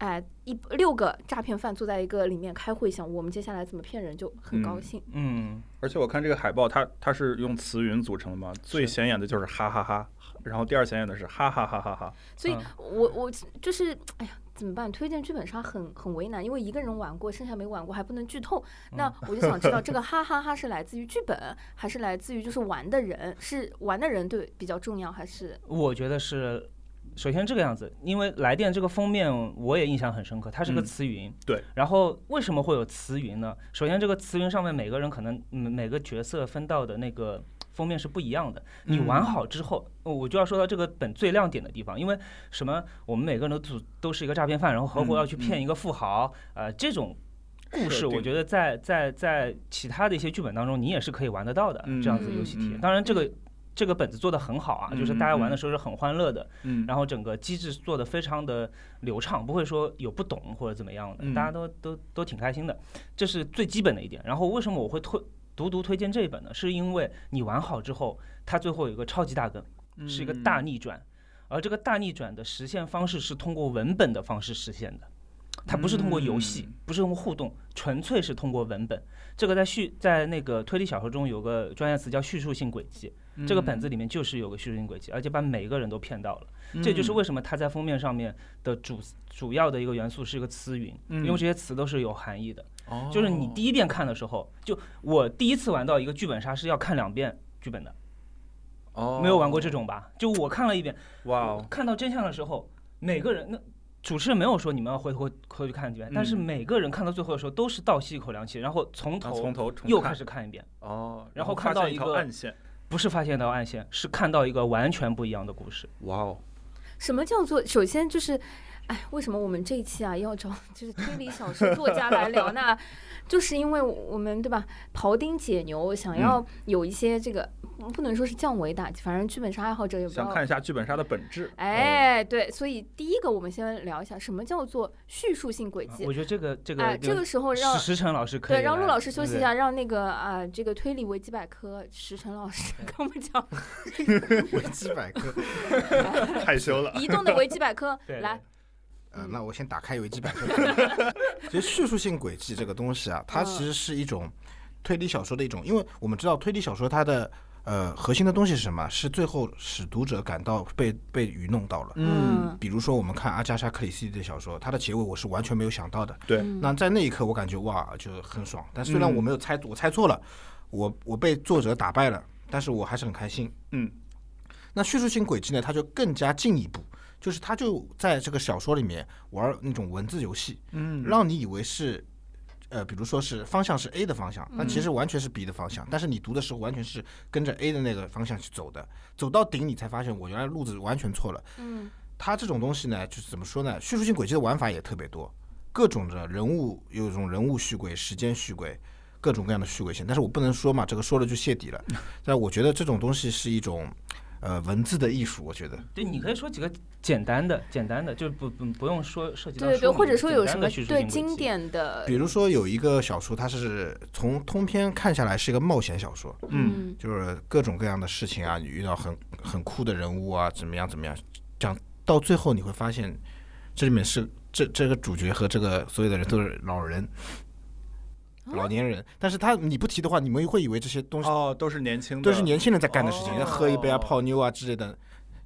[SPEAKER 2] 哎，一六个诈骗犯坐在一个里面开会，想我们接下来怎么骗人，就很高兴。
[SPEAKER 4] 嗯，
[SPEAKER 3] 而且我看这个海报，它它是用词云组成的嘛，最显眼的就是哈哈哈，然后第二显眼的是哈哈哈哈哈。
[SPEAKER 2] 所以
[SPEAKER 4] 嗯
[SPEAKER 2] 我我就是哎呀，怎么办？推荐剧本杀很很为难，因为一个人玩过，剩下没玩过，还不能剧透。
[SPEAKER 3] 嗯
[SPEAKER 2] 那我就想知道这个哈哈哈是来自于剧本，还是来自于就是玩的人？是玩的人对比较重要，还是
[SPEAKER 4] 我觉得是，首先这个样子，因为来电这个封面我也印象很深刻，它是个
[SPEAKER 3] 嗯
[SPEAKER 4] 词云。
[SPEAKER 3] 对。
[SPEAKER 4] 然后为什么会有词云呢？首先这个词云上面每个人可能嗯每个角色分到的那个。封面是不一样的。你
[SPEAKER 3] 嗯
[SPEAKER 4] 玩好之后，呃我就要说到这个本最亮点的地方，因为什么？我们每个人都组都是一个诈骗犯，然后合伙
[SPEAKER 3] 嗯
[SPEAKER 4] 要去骗一个富豪，呃，这种故事，
[SPEAKER 3] 设定
[SPEAKER 4] 我觉得在在在其他的一些剧本当中，你也是可以玩得到的
[SPEAKER 3] 嗯
[SPEAKER 4] 这样子的游戏体
[SPEAKER 3] 嗯
[SPEAKER 4] 验。当然，这个这个本子做得很好啊，就是大家玩的时候是很欢乐的，
[SPEAKER 3] 嗯
[SPEAKER 4] 然后整个机制做得非常的流畅，不会说有不懂或者怎么样的
[SPEAKER 3] 嗯，
[SPEAKER 4] 大家都都都挺开心的，这是最基本的一点。然后为什么我会推独独推荐这一本呢？是因为你玩好之后，它最后有一个超级大梗，
[SPEAKER 3] 后
[SPEAKER 4] 是一个大逆转，而这个大逆转的实现方式是通过文本的方式实现的。它不是通过游戏
[SPEAKER 3] 嗯，
[SPEAKER 4] 不是通过互动，纯粹是通过文本。这个在叙在那个推理小说中有个专业词叫叙述性轨迹，这
[SPEAKER 3] 嗯
[SPEAKER 4] 个本子里面就是有个叙述性轨迹，而且把每个人都骗到了。
[SPEAKER 3] 嗯
[SPEAKER 4] 这就是为什么它在封面上面的主主要的一个元素是一个词云，
[SPEAKER 3] 嗯
[SPEAKER 4] 因为这些词都是有含义的。
[SPEAKER 3] 哦
[SPEAKER 4] 就是你第一遍看的时候，就我第一次玩到一个剧本杀是要看两遍剧本的，没有玩过这种吧？就我看了一遍，
[SPEAKER 3] 哦哇哦，
[SPEAKER 4] 看到真相的时候，每个人那。主持人没有说你们要回头回头去看几遍，但是
[SPEAKER 3] 嗯
[SPEAKER 4] 每个人看到最后的时候都是倒吸一口凉气，然后从
[SPEAKER 3] 然
[SPEAKER 4] 头
[SPEAKER 3] 后啊从头重
[SPEAKER 4] 又
[SPEAKER 3] 看
[SPEAKER 4] 开始看一遍，
[SPEAKER 3] 哦，
[SPEAKER 4] 然后
[SPEAKER 3] 后
[SPEAKER 4] 看
[SPEAKER 3] 发
[SPEAKER 4] 到
[SPEAKER 3] 现
[SPEAKER 4] 一
[SPEAKER 3] 一条
[SPEAKER 4] 个
[SPEAKER 3] 暗线，
[SPEAKER 4] 不是发现一道暗线，是看到一个完全不一样的故事。
[SPEAKER 3] 哇哦，
[SPEAKER 2] 什么叫做？首先就是，哎，为什么我们这一期啊要找就是推理小说作家来聊呢？就是因为我们对吧，庖丁解牛，想
[SPEAKER 3] 嗯
[SPEAKER 2] 要有一些这个，不能说是降维打击，反正剧本杀爱好者也不
[SPEAKER 3] 想
[SPEAKER 2] 要
[SPEAKER 3] 看一下剧本杀的本
[SPEAKER 4] 哦
[SPEAKER 3] 质。哦
[SPEAKER 2] 哎，对，所以第一个我们先聊一下什么叫做叙述性轨
[SPEAKER 4] 啊
[SPEAKER 2] 迹。
[SPEAKER 4] 我觉得这个这个
[SPEAKER 2] 哎，这个时候让
[SPEAKER 4] 石石晨老师可以
[SPEAKER 2] 对让陆
[SPEAKER 4] 来
[SPEAKER 2] 老师休息一。
[SPEAKER 4] 对
[SPEAKER 2] 下，让那个啊、这个推理维基百科石晨老师跟我们讲
[SPEAKER 5] 维基百科，
[SPEAKER 6] 害羞 了。
[SPEAKER 2] 移动的维基百科
[SPEAKER 4] 对对
[SPEAKER 2] 来。
[SPEAKER 3] 嗯
[SPEAKER 5] 呃，那我先打开维基百科。其实叙述性轨迹这个东西啊，它其实是一种推理小说的一种，因为我们知道推理小说它的呃核心的东西是什么？是最后使读者感到被被愚弄到了。
[SPEAKER 2] 嗯，
[SPEAKER 5] 比如说，我们看阿加莎·克里斯蒂的小说，它的结尾我是完全没有想到的。
[SPEAKER 3] 对，嗯
[SPEAKER 5] 那在那一刻，我感觉哇，就很爽。但虽然我没有猜，我猜错了，我我被作者打败了，但是我还是很开心。
[SPEAKER 3] 嗯，
[SPEAKER 5] 那叙述性轨迹呢，它就更加进一步，就是它就在这个小说里面玩那种文字游戏，
[SPEAKER 3] 嗯
[SPEAKER 5] 让你以为是。呃，比如说是方向是 A 的方向，
[SPEAKER 3] 嗯
[SPEAKER 5] 那其实完全是 B 的方向，但是你读的时候完全是跟着 A 的那个方向去走的，走到顶你才发现我原来路子完全错了。
[SPEAKER 2] 嗯，
[SPEAKER 5] 它这种东西呢，就是怎么说呢？叙述性轨迹的玩法也特别多，各种的人物有一种人物续轨、时间续轨，各种各样的续轨性。但是我不能说嘛，这个说了就泄底了。但我觉得这种东西是一种，呃，文字的艺术。我觉得，
[SPEAKER 4] 对，
[SPEAKER 3] 嗯
[SPEAKER 4] 你可以说几个简单的、简单的，就不不不用说涉及到
[SPEAKER 2] 对对，
[SPEAKER 4] 书名
[SPEAKER 2] 或者说有
[SPEAKER 4] 简
[SPEAKER 2] 什
[SPEAKER 4] 单
[SPEAKER 2] 么
[SPEAKER 4] 的叙述
[SPEAKER 2] 对
[SPEAKER 4] 性轨
[SPEAKER 2] 经
[SPEAKER 4] 迹
[SPEAKER 2] 典的
[SPEAKER 5] 比如说有一个小说，它是从通篇看下来是一个冒险小说，
[SPEAKER 3] 嗯，
[SPEAKER 2] 嗯
[SPEAKER 5] 就是各种各样的事情啊，你遇到很很酷的人物啊，怎么样怎么样，讲到最后你会发现，这里面是这这个主角和这个所有的人都是老人。老年人，但是他你不提的话，你们会以为这些东西
[SPEAKER 3] 哦，都是年轻的，
[SPEAKER 5] 都是年轻人在干的事情，
[SPEAKER 3] 哦
[SPEAKER 5] 喝一杯啊、泡妞啊之类的。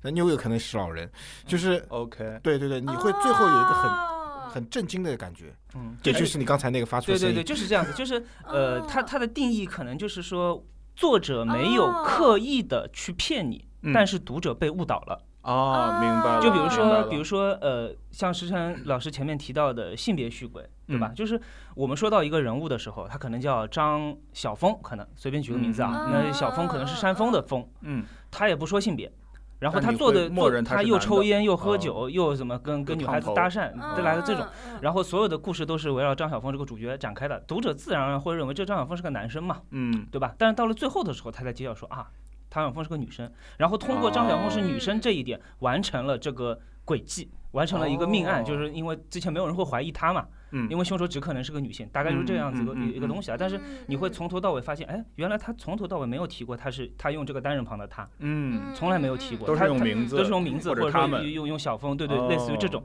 [SPEAKER 5] 那妞有可能是老人，就是、
[SPEAKER 3] OK，
[SPEAKER 5] 对对对，你会最后有一个很、
[SPEAKER 2] 哦
[SPEAKER 5] 很震惊的感觉。
[SPEAKER 4] 嗯，
[SPEAKER 5] 这
[SPEAKER 4] 哎
[SPEAKER 5] 就是你刚才那个发出
[SPEAKER 4] 对
[SPEAKER 5] 的声
[SPEAKER 4] 对
[SPEAKER 5] 音。
[SPEAKER 4] 对，就是这样子，就是呃，它它的定义可能就是说，作者没
[SPEAKER 2] 哦
[SPEAKER 4] 有刻意的去骗你，
[SPEAKER 3] 嗯
[SPEAKER 4] 但是读者被误导了。
[SPEAKER 3] 哦，明白了。
[SPEAKER 4] 就比如
[SPEAKER 3] 明白
[SPEAKER 4] 说，
[SPEAKER 3] 了
[SPEAKER 4] 比如说呃，像石晨老师前面提到的性别虚轨，对吧？
[SPEAKER 3] 嗯
[SPEAKER 4] 就是我们说到一个人物的时候，他可能叫张晓峰，可能随便举个名字啊，
[SPEAKER 2] 嗯
[SPEAKER 4] 那晓峰可能是山峰的峰，
[SPEAKER 3] 嗯，
[SPEAKER 4] 他也不说性别。然后
[SPEAKER 3] 但
[SPEAKER 4] 他
[SPEAKER 3] 你
[SPEAKER 4] 做
[SPEAKER 3] 会
[SPEAKER 4] 的，
[SPEAKER 3] 默
[SPEAKER 4] 做
[SPEAKER 3] 认他
[SPEAKER 4] 他
[SPEAKER 3] 是
[SPEAKER 4] 又
[SPEAKER 3] 男
[SPEAKER 4] 抽
[SPEAKER 3] 的
[SPEAKER 4] 烟又喝
[SPEAKER 3] 哦
[SPEAKER 4] 酒又怎么跟跟
[SPEAKER 3] 又
[SPEAKER 4] 女
[SPEAKER 3] 烫
[SPEAKER 4] 孩子
[SPEAKER 3] 头
[SPEAKER 4] 搭讪，
[SPEAKER 2] 嗯
[SPEAKER 4] 对来的这种。
[SPEAKER 2] 嗯
[SPEAKER 4] 然后所有的故事都是围绕张晓峰这个主角展开的，读者自然而然会认为这张晓峰是个男生嘛，
[SPEAKER 3] 嗯，
[SPEAKER 4] 对吧？但是到了最后的时候，他才揭晓说啊，张晓峰是个女生。然后通过张晓峰是女生这一点，完成了这个轨迹，完成了一个命案，
[SPEAKER 3] 哦
[SPEAKER 4] 就是因为之前没有人会怀疑他嘛，
[SPEAKER 3] 嗯，
[SPEAKER 4] 因为凶手只可能是个女性，大概就是这样子一个
[SPEAKER 3] 嗯嗯嗯
[SPEAKER 4] 一个东西啊。但是你
[SPEAKER 2] 嗯
[SPEAKER 4] 会从头到尾发现，哎，原来他从头到尾没有提过他是他用这个单人旁的他，
[SPEAKER 3] 嗯，
[SPEAKER 4] 从来没有提过，
[SPEAKER 3] 都
[SPEAKER 4] 他
[SPEAKER 3] 是用名字，
[SPEAKER 4] 都是用名字
[SPEAKER 3] 或
[SPEAKER 4] 或
[SPEAKER 3] 者
[SPEAKER 4] 者
[SPEAKER 3] 他
[SPEAKER 4] 说
[SPEAKER 3] 们
[SPEAKER 4] 用用用小峰，对对
[SPEAKER 3] 哦，
[SPEAKER 4] 类似于这种，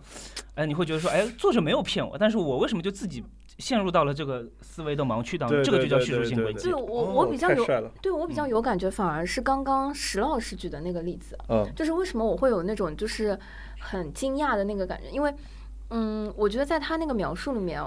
[SPEAKER 4] 哎，你会觉得说，哎，作者没有骗我，但是我为什么就自己陷入到了这个思维的盲区当中？
[SPEAKER 3] 对
[SPEAKER 4] 这个
[SPEAKER 3] 对
[SPEAKER 4] 就叫
[SPEAKER 3] 对
[SPEAKER 4] 叙述
[SPEAKER 3] 对
[SPEAKER 4] 性
[SPEAKER 3] 对
[SPEAKER 4] 轨
[SPEAKER 3] 对
[SPEAKER 4] 迹
[SPEAKER 2] 对。我我比较
[SPEAKER 3] 哦太
[SPEAKER 2] 有
[SPEAKER 3] 帅了，
[SPEAKER 2] 对我
[SPEAKER 4] 嗯
[SPEAKER 2] 比较有感觉，反而是刚刚石老师举的那个例子，
[SPEAKER 3] 嗯
[SPEAKER 2] 就是为什么我会有那种就是很惊讶的那个感觉，因为嗯，我觉得在他那个描述里面，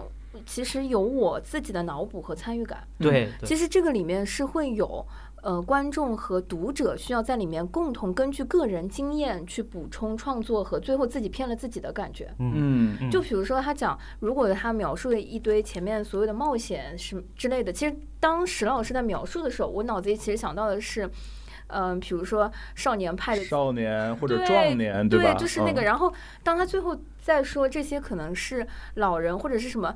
[SPEAKER 2] 其实有我自己的脑补和参与感。
[SPEAKER 4] 对，嗯对
[SPEAKER 2] 嗯其实这个里面是会有呃观众和读者需要在里面共同根据个人经验去补充创作和最后自己骗了自己的感觉。
[SPEAKER 4] 嗯，
[SPEAKER 3] 嗯
[SPEAKER 4] 嗯
[SPEAKER 2] 就比如说他讲，如果他描述了一堆前面所有的冒险什么之类的，其实当石老师在描述的时候，我脑子里其实想到的是，嗯、比如说少年派的。
[SPEAKER 3] 少年或者
[SPEAKER 2] 对
[SPEAKER 3] 壮年，
[SPEAKER 2] 对
[SPEAKER 3] 吧？
[SPEAKER 2] 就是那个。
[SPEAKER 3] 嗯
[SPEAKER 2] 然后，当他最后再说这些可能是老人或者是什么，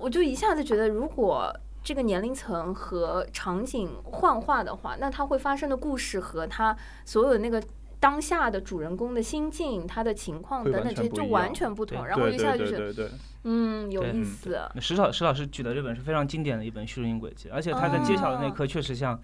[SPEAKER 2] 我就一下子觉得，如果这个年龄层和场景幻化的话，那它会发生的故事和他所有的那个当下的主人公的心境、他的情况
[SPEAKER 3] 会
[SPEAKER 2] 等等
[SPEAKER 3] 完
[SPEAKER 2] 这
[SPEAKER 3] 全
[SPEAKER 2] 些
[SPEAKER 3] 不
[SPEAKER 2] 就
[SPEAKER 3] 一
[SPEAKER 2] 完
[SPEAKER 3] 样
[SPEAKER 2] 全不同。
[SPEAKER 4] 对
[SPEAKER 2] 然后我
[SPEAKER 3] 对
[SPEAKER 2] 一下
[SPEAKER 3] 对
[SPEAKER 2] 就
[SPEAKER 3] 对
[SPEAKER 2] 是，
[SPEAKER 3] 对对，
[SPEAKER 2] 嗯，有
[SPEAKER 4] 对
[SPEAKER 2] 意
[SPEAKER 3] 嗯
[SPEAKER 2] 思。
[SPEAKER 4] 石老石老师举的这本是非常经典的一本叙述性轨迹，而且他在揭晓
[SPEAKER 2] 哦
[SPEAKER 4] 的那一刻确实像，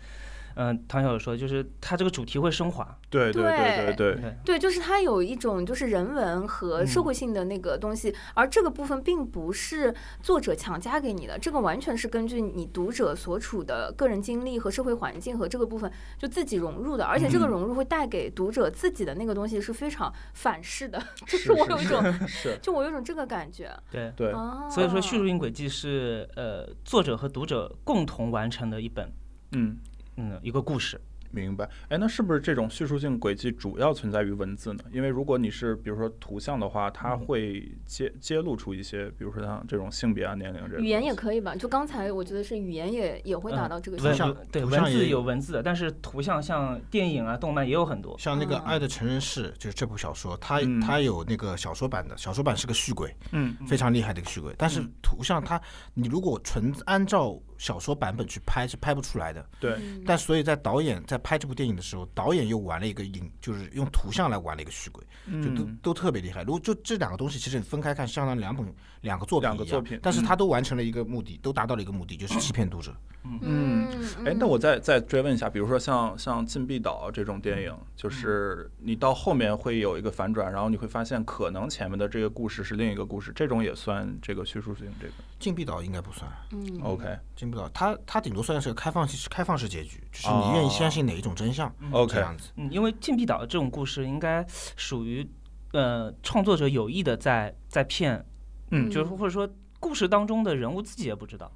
[SPEAKER 4] 嗯、唐小友说，就是他这个主题会升华。
[SPEAKER 3] 对对对
[SPEAKER 2] 对
[SPEAKER 3] 对对，
[SPEAKER 4] 对，
[SPEAKER 2] 对，就是它有一种就是人文和
[SPEAKER 3] 嗯
[SPEAKER 2] 社会性的那个东西，而这个部分并不是作者强加给你的，这个完全是根据你读者所处的个人经历和社会环境和这个部分就自己融入的，而且这个
[SPEAKER 3] 嗯
[SPEAKER 2] 融入会带给读者自己的那个东西是非常反噬 的，就是
[SPEAKER 3] 是
[SPEAKER 2] 我有一 种，
[SPEAKER 3] 是，
[SPEAKER 2] 就我有一种这个感觉。
[SPEAKER 4] 对。
[SPEAKER 3] 对，
[SPEAKER 2] 啊、
[SPEAKER 4] 所以说，叙述性轨迹是呃作者和读者共同完成的一本
[SPEAKER 3] 嗯，
[SPEAKER 4] 嗯一个故事。
[SPEAKER 3] 明白。哎，那是不是这种叙述性轨迹主要存在于文字呢？因为如果你是比如说图像的话，它会揭揭露出一些，比如说像这种性别啊、年龄这种
[SPEAKER 2] 语言也
[SPEAKER 3] 东西嗯
[SPEAKER 2] 可以吧，就刚才我觉得是语言也也会达到这个
[SPEAKER 4] 嗯文
[SPEAKER 2] 效
[SPEAKER 5] 图
[SPEAKER 2] 果。
[SPEAKER 5] 像
[SPEAKER 4] 对
[SPEAKER 5] 图
[SPEAKER 4] 文
[SPEAKER 5] 像也
[SPEAKER 4] 字
[SPEAKER 5] 有
[SPEAKER 4] 有文字的，但是图像像电影啊、动漫也有很多。
[SPEAKER 5] 像那个《
[SPEAKER 2] 嗯
[SPEAKER 5] 爱的成人式》，就是这部小说，它
[SPEAKER 3] 嗯
[SPEAKER 5] 它有那个小说版的，小说版是个续轨，
[SPEAKER 3] 嗯，
[SPEAKER 5] 非常厉害的一个续轨。但是
[SPEAKER 3] 嗯
[SPEAKER 5] 图像它，你如果纯按照小说版本去拍是拍不出来的。
[SPEAKER 3] 对，
[SPEAKER 2] 嗯
[SPEAKER 5] 但所以在导演在拍这部电影的时候，导演又玩了一个影，就是用图像来玩了一个续轨，就都
[SPEAKER 3] 嗯，
[SPEAKER 5] 都特别厉害。如果就这两个东西，其实你分开看，相当于两本两个作品一
[SPEAKER 3] 两
[SPEAKER 5] 样，
[SPEAKER 3] 个作品
[SPEAKER 5] 但是
[SPEAKER 3] 嗯
[SPEAKER 5] 它都完成了一个目的，都达到了一个目的，就是欺骗读者。
[SPEAKER 3] 嗯
[SPEAKER 2] 嗯
[SPEAKER 3] 哎，那我再再追问一下，比如说像像《禁闭岛》这种电影，就是你到后面会有一个反转，然后你会发现可能前面的这个故事是另一个故事，这种也算这个叙述性这个。
[SPEAKER 5] 禁闭岛应该不算，
[SPEAKER 2] 嗯
[SPEAKER 3] OK
[SPEAKER 5] 禁闭岛它它顶多算是个开放式开放式结局，就是你愿意相信哪一种真相、这
[SPEAKER 3] 哦 OK，
[SPEAKER 5] 样子。
[SPEAKER 4] 嗯，因为禁闭岛这种故事应该属于呃创作者有意的在在骗，
[SPEAKER 3] 嗯
[SPEAKER 4] 就是或者说故事当中的人物自己也不知道，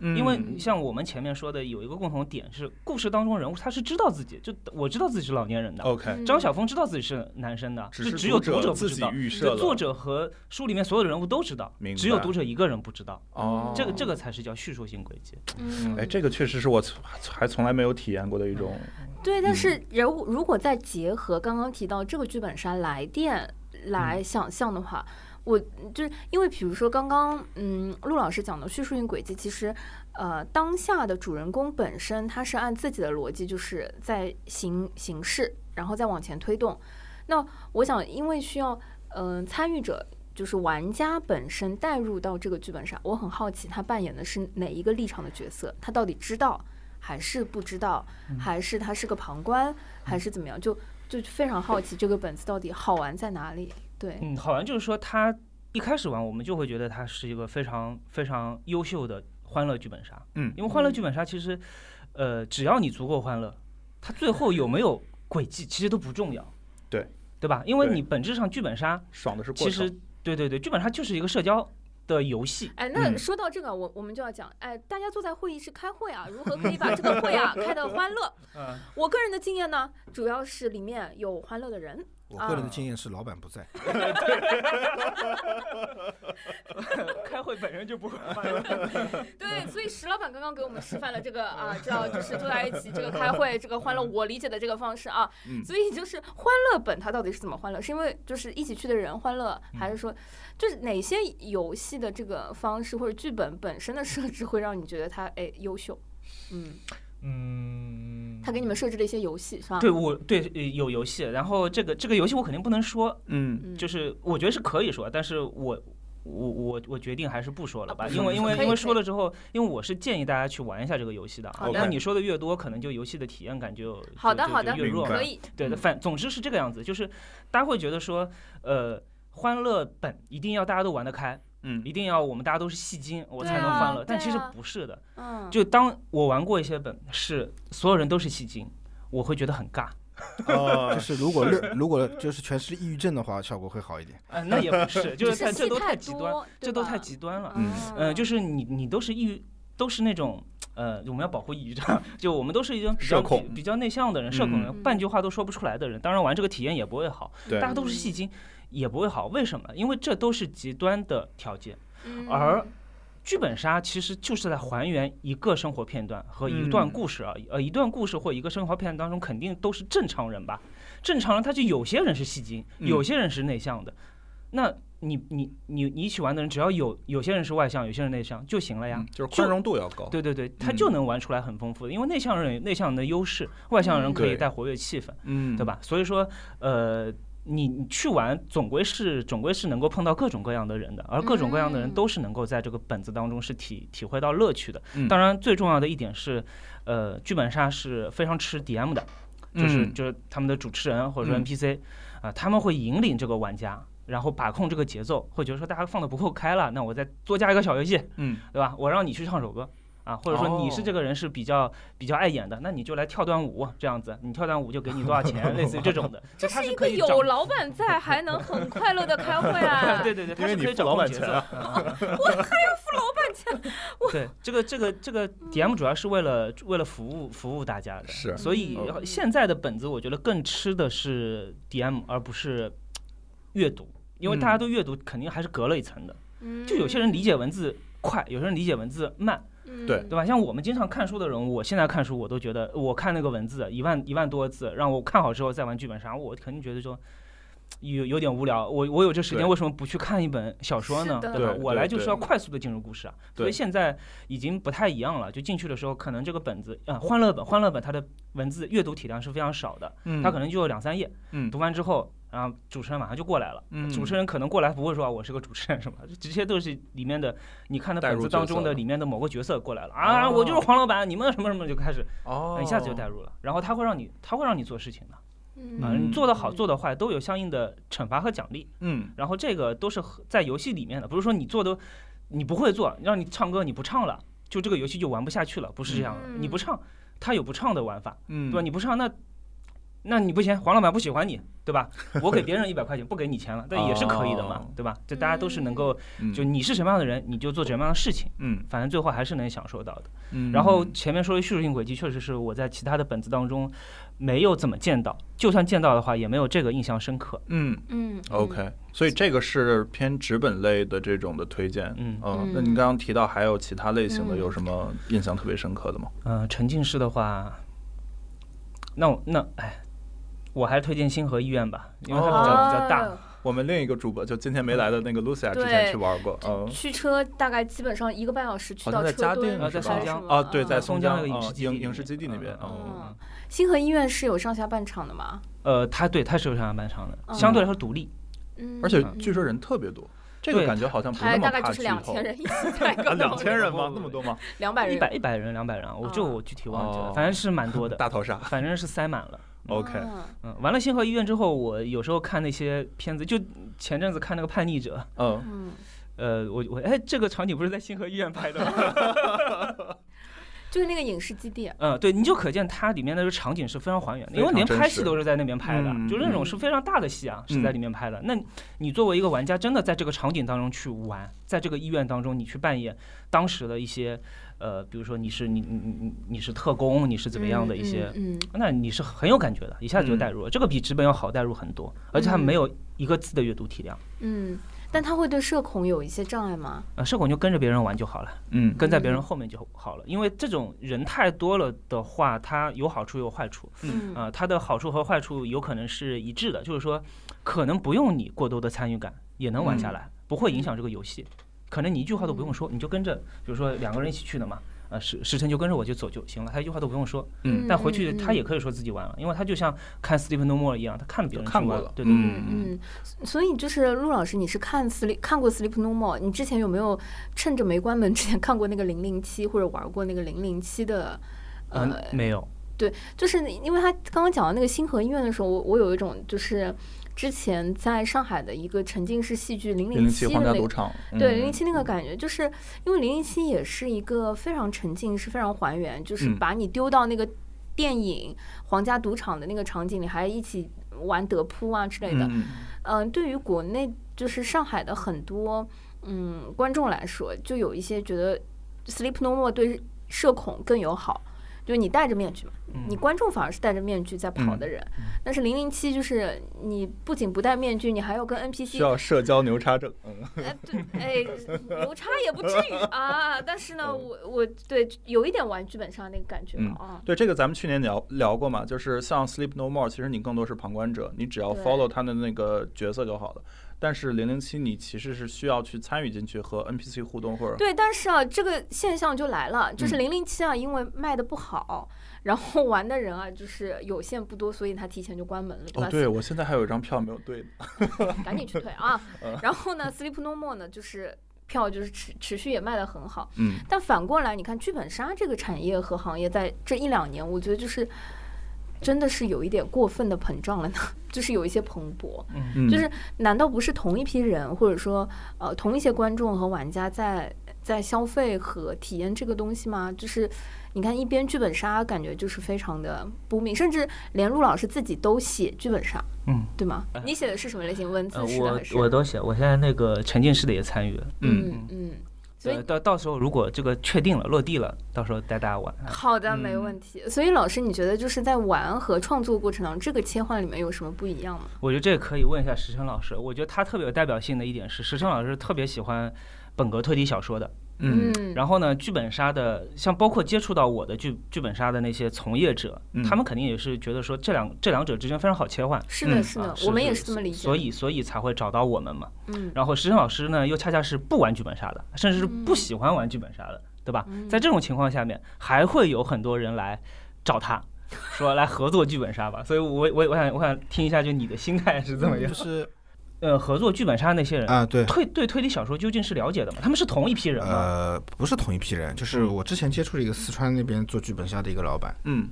[SPEAKER 3] 嗯
[SPEAKER 4] 因为你像我们前面说的有一个共同点是，故事当中人物他是知道自己，就我知道自己是老年人的。
[SPEAKER 3] OK，
[SPEAKER 4] 张晓峰知道自己是男生的，
[SPEAKER 3] 哦只是
[SPEAKER 4] 只有
[SPEAKER 3] 读者
[SPEAKER 4] 读者不
[SPEAKER 3] 自
[SPEAKER 4] 知
[SPEAKER 3] 己
[SPEAKER 4] 道，
[SPEAKER 3] 预设
[SPEAKER 4] 就
[SPEAKER 3] 了
[SPEAKER 4] 作者和书里面所有的人物都知道
[SPEAKER 3] 明，
[SPEAKER 4] 只有
[SPEAKER 3] 白
[SPEAKER 4] 读者一个人不知道。
[SPEAKER 3] 哦，
[SPEAKER 4] 这个这个才是叫叙述性轨迹。
[SPEAKER 2] 嗯
[SPEAKER 3] 哎，这个确实是我从还从来没有体验过的一种，
[SPEAKER 2] 对，但是人物如果再结合刚刚提到这个剧本杀来电来想象的话，我就是因为比如说刚刚嗯陆老师讲的叙述性轨迹，其实呃当下的主人公本身他是按自己的逻辑就是在行行事，然后再往前推动。那我想，因为需要嗯、呃参与者。就是玩家本身带入到这个剧本上，我很好奇他扮演的是哪一个立场的角色，他到底知道还是不知道，还是他是个旁观，还是怎么样？就就非常好奇这个本子到底好玩在哪里。对，
[SPEAKER 4] 嗯，好玩就是说他一开始玩，我们就会觉得它是一个非常非常优秀的欢乐剧本杀。
[SPEAKER 3] 嗯
[SPEAKER 4] 因为欢乐剧本杀其实，呃，只要你足够欢乐，它最后有没有轨迹其实都不重要。
[SPEAKER 3] 对，
[SPEAKER 4] 对吧？因为
[SPEAKER 3] 对
[SPEAKER 4] 你本质上剧本杀
[SPEAKER 3] 爽的是过
[SPEAKER 4] 其
[SPEAKER 3] 程。
[SPEAKER 4] 实对对对，剧本杀就是一个社交的游戏。
[SPEAKER 2] 哎，那
[SPEAKER 3] 嗯
[SPEAKER 2] 说到这个，我我们就要讲，哎，大家坐在会议室开会啊，如何可以把这个会啊开得欢乐？
[SPEAKER 4] 嗯，
[SPEAKER 2] 我个人的经验呢，主要是里面有欢乐的人，
[SPEAKER 5] 我个
[SPEAKER 3] 哦
[SPEAKER 5] 人的经验是，老板不在，
[SPEAKER 4] 开会本身就不 会
[SPEAKER 2] 对，所以石老板刚刚给我们示范了这个啊，知道就是坐在一起这个开会，这个欢乐，我理解的这个方式啊。
[SPEAKER 3] 嗯
[SPEAKER 2] 所以就是欢乐本它到底是怎么欢乐？是因为就是一起去的人欢乐，还是说就是哪些游戏的这个方式或者剧本本身的设置会让你觉得它哎优秀？嗯
[SPEAKER 7] 嗯，
[SPEAKER 2] 他给你们设置了一些游戏，是吧？
[SPEAKER 4] 对，我对呃有游戏，然后这个这个游戏我肯定不能说，
[SPEAKER 3] 嗯，
[SPEAKER 2] 嗯，
[SPEAKER 4] 就是我觉得是可以说，但是我我我我决定还是不说了吧，
[SPEAKER 2] 啊不
[SPEAKER 4] 因为因
[SPEAKER 2] 可以
[SPEAKER 4] 为因
[SPEAKER 2] 可以
[SPEAKER 4] 为说了之后，因为我是建议大家去玩一下这个游戏的啊
[SPEAKER 2] 好，的
[SPEAKER 4] 但是你说的越多，可能就游戏的体验感就
[SPEAKER 2] 好的
[SPEAKER 4] 就就
[SPEAKER 2] 好的
[SPEAKER 4] 就越弱
[SPEAKER 3] 明白
[SPEAKER 4] 嘛
[SPEAKER 2] 可。以，
[SPEAKER 4] 对
[SPEAKER 3] 嗯
[SPEAKER 4] 的，反总之是这个样子，就是大家会觉得说，呃，欢乐本一定要大家都玩得开，
[SPEAKER 3] 嗯
[SPEAKER 4] 一定要我们大家都是戏精，我才
[SPEAKER 2] 对
[SPEAKER 4] 能
[SPEAKER 2] 啊
[SPEAKER 4] 欢乐。但
[SPEAKER 2] 对
[SPEAKER 4] 其实
[SPEAKER 2] 啊
[SPEAKER 4] 不是的，
[SPEAKER 2] 嗯，
[SPEAKER 4] 就当我玩过一些本是所有人都是戏精，我会觉得很尬。
[SPEAKER 5] 就
[SPEAKER 6] 哦，
[SPEAKER 5] 是如果乐，如果就是全是抑郁症的话，效果会好一点。
[SPEAKER 4] 嗯、那也不 是，就是
[SPEAKER 2] 是
[SPEAKER 4] 但这
[SPEAKER 2] 戏
[SPEAKER 4] 都
[SPEAKER 2] 太
[SPEAKER 4] 太极端，
[SPEAKER 2] 多，
[SPEAKER 4] 这都太极端了。
[SPEAKER 3] 嗯
[SPEAKER 2] 嗯
[SPEAKER 4] 嗯、就是你你都是抑郁，都是那种。呃，我们要保护抑郁症，就我们都是一种比
[SPEAKER 3] 社
[SPEAKER 4] 较
[SPEAKER 3] 恐
[SPEAKER 4] 比较内向的人，社恐人，
[SPEAKER 2] 嗯
[SPEAKER 4] 半句话都说不出来的人，当然玩这个体验也不会好。
[SPEAKER 3] 对
[SPEAKER 4] 大家都是戏精，也不会好。为什么？因为这都是极端的条件。
[SPEAKER 2] 嗯
[SPEAKER 4] 而剧本杀其实就是在还原一个生活片段和一段
[SPEAKER 3] 嗯
[SPEAKER 4] 故事而已。呃，一段故事或一个生活片段当中，肯定都是正常人吧？正常人他就有些人是戏精，
[SPEAKER 3] 嗯
[SPEAKER 4] 有些人是内向的。那你你你你一起玩的人，只要有有些人是外向，有些人内向啊就行了呀。
[SPEAKER 3] 嗯就是宽容度要高，
[SPEAKER 4] 对对对，他就
[SPEAKER 3] 嗯
[SPEAKER 4] 能玩出来很丰富的，因为内向人有内向人的优势，外向人可
[SPEAKER 3] 对
[SPEAKER 4] 以带活跃气氛。
[SPEAKER 3] 嗯，
[SPEAKER 4] 对？吧？所以说，呃，你你去玩，总归是总归是能够碰到各种各样的人的，而各种各样的人
[SPEAKER 2] 嗯
[SPEAKER 4] 都是能够在这个本子当中是体体会到乐趣的。
[SPEAKER 3] 嗯
[SPEAKER 4] 当然，最重要的一点是，呃，剧本杀是非常吃 DM 的，就是、
[SPEAKER 3] 嗯
[SPEAKER 4] 就是他们的主持人或者说
[SPEAKER 3] 嗯
[SPEAKER 4] NPC 啊、他们会引领这个玩家。然后把控这个节奏，会觉得说大家放的不够开了，那我再多加一个小游戏，
[SPEAKER 3] 嗯，
[SPEAKER 4] 对吧？我让你去唱首歌啊，或者说你是
[SPEAKER 3] 哦
[SPEAKER 4] 这个人是比较、比较碍眼的，那你就来跳段舞这样子，你跳段舞就给你多 少钱，类似于这 种的，
[SPEAKER 2] 这
[SPEAKER 4] 就它
[SPEAKER 2] 是一
[SPEAKER 4] 可
[SPEAKER 2] 个
[SPEAKER 4] 以掌
[SPEAKER 2] 有老板在，还能很快乐的开会 啊！
[SPEAKER 4] 对对对，
[SPEAKER 6] 因
[SPEAKER 4] 它
[SPEAKER 6] 为
[SPEAKER 4] 是
[SPEAKER 6] 你
[SPEAKER 4] 可以
[SPEAKER 6] 付
[SPEAKER 4] 掌
[SPEAKER 6] 老
[SPEAKER 4] 控
[SPEAKER 6] 板
[SPEAKER 4] 节
[SPEAKER 6] 钱
[SPEAKER 4] 奏。
[SPEAKER 6] 啊，
[SPEAKER 4] 对，这个这个这个 DM 主要是为了为了服务服务大家的，
[SPEAKER 3] 是
[SPEAKER 4] 所以呃
[SPEAKER 2] 嗯
[SPEAKER 4] 现在的本子我觉得更吃的是 DM 而不是阅读，因为大家
[SPEAKER 3] 嗯
[SPEAKER 4] 都阅读肯定还是隔了一层的，
[SPEAKER 2] 嗯
[SPEAKER 4] 就有些人理解文字。快，有些人理解文字慢，
[SPEAKER 3] 对
[SPEAKER 4] 对吧？像我们经常看书的人，我现在看书，我都觉得我看那个文字一万一万多字，让我看好之后再玩剧本杀，我肯定觉得说有有点无聊。我我有这时间，
[SPEAKER 3] 对
[SPEAKER 4] 为什么不去看一本小说呢？
[SPEAKER 2] 是的
[SPEAKER 4] 对吧
[SPEAKER 3] 对？
[SPEAKER 4] 我
[SPEAKER 3] 对
[SPEAKER 4] 来就是
[SPEAKER 3] 对
[SPEAKER 4] 要快速的进入故事啊。所
[SPEAKER 3] 对
[SPEAKER 4] 以现在已经不太一样了。就进去的时候，可能这个本子啊、呃欢乐本，欢乐本它的文字阅读体量是非常少的，
[SPEAKER 3] 嗯，
[SPEAKER 4] 它可能就两三页。
[SPEAKER 3] 嗯
[SPEAKER 4] 读完之后，然后主持人马上就过来了。
[SPEAKER 3] 嗯
[SPEAKER 4] 主持人可能过来不会说啊，我是个主持人什么，这些都是里面的你看的
[SPEAKER 3] 带
[SPEAKER 4] 本
[SPEAKER 3] 入
[SPEAKER 4] 子
[SPEAKER 3] 角
[SPEAKER 4] 当中
[SPEAKER 3] 色
[SPEAKER 4] 的里面的某个角色过来了啊，
[SPEAKER 3] 哦
[SPEAKER 4] 我就是黄老板，你们什么什么就开始，
[SPEAKER 3] 哦
[SPEAKER 4] 一下子就带入了。然后他会让你，他会让你做事情的，啊，
[SPEAKER 3] 嗯
[SPEAKER 4] 你做的好，做的坏都有相应的惩罚和奖励。
[SPEAKER 3] 嗯
[SPEAKER 4] 然后这个都是和在游戏里面的，不是说你做的你不会做，让你唱歌你不唱了，就这个游戏就玩不下去了，不是这样的。
[SPEAKER 2] 嗯
[SPEAKER 4] 你不唱，它有不唱的玩法，
[SPEAKER 3] 嗯，
[SPEAKER 4] 对吧？你不唱那。那你不行，黄老板不喜欢你，对吧？我给别人一百块钱，不给你钱了，但也是可以的嘛
[SPEAKER 3] 哦，
[SPEAKER 4] 对吧？这大家都是能够，
[SPEAKER 3] 嗯
[SPEAKER 4] 就你是什么样的人，你就做什么样的事情，
[SPEAKER 3] 嗯
[SPEAKER 4] 反正最后还是能享受到的。
[SPEAKER 3] 嗯，
[SPEAKER 4] 然后前面说的叙述性轨迹，确实是我在其他的本子当中没有怎么见到，就算见到的话，也没有这个印象深刻。
[SPEAKER 3] 嗯
[SPEAKER 2] 嗯
[SPEAKER 3] ，OK，所以这个是偏纸本类的这种的推荐。
[SPEAKER 4] 嗯
[SPEAKER 3] 嗯
[SPEAKER 2] 嗯，
[SPEAKER 3] 那你刚刚提到还有其他类型的，
[SPEAKER 2] 嗯
[SPEAKER 3] 有什么印象特别深刻的吗？
[SPEAKER 4] 呃，沉浸式的话，那我那哎，我还是推荐星河医院吧，因为它比较、比较大。
[SPEAKER 2] 啊
[SPEAKER 3] 我们另一个主播就今天没来的那个 Lucia
[SPEAKER 2] 嗯对
[SPEAKER 3] 之前去玩过，嗯，
[SPEAKER 2] 驱车大概基本上一个半小时去
[SPEAKER 3] 好
[SPEAKER 2] 到
[SPEAKER 3] 像在
[SPEAKER 2] 车
[SPEAKER 3] 嘉
[SPEAKER 2] 墩
[SPEAKER 3] 定
[SPEAKER 2] 还
[SPEAKER 4] 呃
[SPEAKER 2] 是
[SPEAKER 4] 在
[SPEAKER 2] 什么，
[SPEAKER 4] 松江
[SPEAKER 3] 啊，对，在
[SPEAKER 2] 嗯
[SPEAKER 3] 松
[SPEAKER 4] 松江
[SPEAKER 3] 江
[SPEAKER 4] 那个影视
[SPEAKER 3] 嗯
[SPEAKER 4] 基地
[SPEAKER 3] 影
[SPEAKER 4] 里
[SPEAKER 3] 影视
[SPEAKER 4] 面
[SPEAKER 3] 基地那边
[SPEAKER 4] 嗯，嗯
[SPEAKER 3] 哦
[SPEAKER 2] 嗯，星河医院是有上下半场的嘛？
[SPEAKER 4] 呃，它对它是有上下半场的，
[SPEAKER 2] 嗯
[SPEAKER 4] 相对来说独立。
[SPEAKER 2] 嗯，
[SPEAKER 3] 而且据说人特别多，这个
[SPEAKER 4] 对
[SPEAKER 3] 感觉好像不是
[SPEAKER 2] 还
[SPEAKER 3] 那
[SPEAKER 2] 大
[SPEAKER 3] 么
[SPEAKER 2] 概
[SPEAKER 3] 怕
[SPEAKER 2] 就是
[SPEAKER 3] 剧
[SPEAKER 2] 两
[SPEAKER 3] 透
[SPEAKER 2] 千人一起在一
[SPEAKER 3] 啊，
[SPEAKER 2] 个
[SPEAKER 3] 两千人吗？
[SPEAKER 4] 不不不
[SPEAKER 3] 那么多吗？
[SPEAKER 2] 两百人
[SPEAKER 4] 一百一百人两百人啊，我这
[SPEAKER 2] 哦
[SPEAKER 4] 我具体忘记了，
[SPEAKER 3] 哦
[SPEAKER 4] 反正是蛮 多的，
[SPEAKER 3] 大逃杀
[SPEAKER 4] 反正是塞满了。
[SPEAKER 3] ，OK，
[SPEAKER 2] 嗯
[SPEAKER 4] 嗯，完了星河医院之后，我有时候看那些片子，就前阵子看那个《叛逆者》，
[SPEAKER 3] 嗯，
[SPEAKER 2] 嗯，
[SPEAKER 4] 呃，我我哎，这个场景不是在星河医院拍的 吗？
[SPEAKER 2] 就是那个影视基地，
[SPEAKER 4] 嗯，对，你就可见它里面的这个场景是非常还原的，
[SPEAKER 3] 非
[SPEAKER 4] 因为连
[SPEAKER 3] 常真
[SPEAKER 4] 拍
[SPEAKER 3] 实
[SPEAKER 4] 戏都是在那边拍的，
[SPEAKER 3] 嗯
[SPEAKER 4] 就那种是非常大的戏啊，是在里面拍的。那你作为一个玩家，真的在这个场景当中去玩，在这个医院当中，你去扮演当时的一些，呃，比如说你是你你你你你是特工，你是怎么样的一些，
[SPEAKER 2] 嗯，嗯
[SPEAKER 4] 那你是很有感觉的，一下子就带入了。这个比纸本要好带入很多，而且它
[SPEAKER 2] 嗯
[SPEAKER 4] 没有一个字的阅读体量，
[SPEAKER 2] 嗯，但他会对社恐有一些障碍吗？
[SPEAKER 4] 呃，社恐就跟着别人玩就好了。
[SPEAKER 3] 嗯
[SPEAKER 4] 跟在别人后面就好了，因为这种人太多了的话，它有好处也有坏处。
[SPEAKER 2] 嗯
[SPEAKER 4] 啊、它的好处和坏处有可能是一致的，就是说，可能不用你过多的参与感也能
[SPEAKER 2] 嗯
[SPEAKER 4] 玩下来，不会影响这个游戏。可能你一句话都不用说，你就跟着，比如说两个人一起去的嘛，呃时时辰就跟着我就走就行了，他一句话都不用说。呃
[SPEAKER 3] 嗯
[SPEAKER 4] 但回去他也
[SPEAKER 2] 嗯
[SPEAKER 4] 可以说自己玩了，因为他就像看 Sleep No More 一样，他看了别人去
[SPEAKER 3] 看过
[SPEAKER 4] 玩
[SPEAKER 3] 了
[SPEAKER 4] 对对对。
[SPEAKER 2] 嗯嗯，所以就是陆老师，你是看 sleep 看过 sleep no more，你之前有没有趁着没关门之前看过那个零零七或者玩过那个零零七的？呃，
[SPEAKER 4] 嗯，没有，
[SPEAKER 2] 对，就是因为他刚刚讲到那个星河音乐的时候，我我有一种就是之前在上海的一个沉浸式戏剧零
[SPEAKER 3] 零零七
[SPEAKER 2] 七的
[SPEAKER 3] 皇家
[SPEAKER 2] 那
[SPEAKER 3] 赌
[SPEAKER 2] 个。
[SPEAKER 3] 场，
[SPEAKER 2] 对
[SPEAKER 3] 嗯
[SPEAKER 2] 零零七那个感觉，就是因为零零七也是一个非常沉浸式、非常还原，就是
[SPEAKER 3] 嗯
[SPEAKER 2] 把你丢到那个电影《皇家赌场》的那个场景里，还一起玩德扑啊之类的。
[SPEAKER 3] 嗯
[SPEAKER 2] 嗯、对于国内就是上海的很多嗯观众来说，就有一些觉得 Sleep No More 对社恐更友好，就是你戴着面具嘛，
[SPEAKER 3] 嗯
[SPEAKER 2] 你观众反而是戴着面具在跑的人，但是零零七就是你不仅不戴面具，你还要跟
[SPEAKER 3] 需
[SPEAKER 2] NPC
[SPEAKER 3] 要社交牛叉症，嗯
[SPEAKER 2] 哎，对，哎，牛叉也不至 于啊。但是
[SPEAKER 3] 嗯
[SPEAKER 2] 呢，我我对有一点玩剧本杀那个感觉嘛啊，
[SPEAKER 3] 对这个咱们去年聊聊过嘛，就是像 Sleep No More，其实你更多是旁观者，你只要
[SPEAKER 2] 对
[SPEAKER 3] follow 他的那个角色就好了。但是零零七你其实是需要去参与进去和 NPC 互动或者
[SPEAKER 2] 对，但是啊，这个现象就来了，
[SPEAKER 3] 嗯
[SPEAKER 2] 就是零零七啊，因为卖的不好，然后玩的人啊就是有限不多，所以他提前就关门了，对吧？
[SPEAKER 3] 哦，对我现在还有一张票没有兑的，
[SPEAKER 2] 赶紧去退 啊。
[SPEAKER 3] 嗯
[SPEAKER 2] 然后呢，Sleep No More 呢，就是票就是持持续也卖的很好，
[SPEAKER 3] 嗯，
[SPEAKER 2] 但反过来，你看剧本杀这个产业和行业在这一两年，我觉得就是真的是有一点过分的膨胀了呢， 就是有一些蓬勃。
[SPEAKER 3] 嗯
[SPEAKER 2] 就是难道不是同一批人，或者说呃同一些观众和玩家在在消费和体验这个东西吗？就是你看一边剧本杀，感觉就是非常的 booming，甚至连陆老师自己都写剧本杀，
[SPEAKER 4] 嗯，
[SPEAKER 2] 对吗？你写的是什么类型？文字
[SPEAKER 4] 呃，
[SPEAKER 2] 式的
[SPEAKER 4] 我
[SPEAKER 2] 还是？
[SPEAKER 4] 我都写，我现在那个沉浸式的也参与了。
[SPEAKER 2] 嗯嗯，所以
[SPEAKER 4] 呃，到到时候如果这个确定了落地了，到时候带大家玩。啊
[SPEAKER 2] 好的，没
[SPEAKER 4] 嗯
[SPEAKER 2] 问题。所以老师，你觉得就是在玩和创作过程当中，这个切换里面有什么不一样吗？
[SPEAKER 4] 我觉得这个可以问一下石琛老师，我觉得他特别有代表性的一点是，石琛老师特别喜欢本格推理小说的。
[SPEAKER 3] 嗯
[SPEAKER 4] 然后呢，剧本杀的，像包括接触到我的剧剧本杀的那些从业者，
[SPEAKER 3] 嗯
[SPEAKER 4] 他们肯定也是觉得说这两这两者之间非常好切换。
[SPEAKER 2] 是的，
[SPEAKER 3] 嗯
[SPEAKER 2] 是的
[SPEAKER 4] 啊，
[SPEAKER 2] 我们也是这么理解。
[SPEAKER 4] 所，以所以才会找到我们嘛。
[SPEAKER 2] 嗯
[SPEAKER 4] 然后石琛老师呢，又恰恰是不玩剧本杀的，甚至是不喜欢玩剧本杀的，对吧？在这种情况下面，还会有很多人来找他，说来合作剧本杀吧。所以我，我我想我想听一下，就你的心态是怎么样
[SPEAKER 5] 就？是
[SPEAKER 4] 呃，合作剧本杀那些
[SPEAKER 3] 呃
[SPEAKER 4] 人，
[SPEAKER 5] 啊，对，
[SPEAKER 4] 推对推理小说究竟是了解的吗？他们是啊嗯同一批人吗？
[SPEAKER 5] 呃，不是同一批人，就是我之前接触了一个四川那边做剧本杀的一个老板，
[SPEAKER 3] 嗯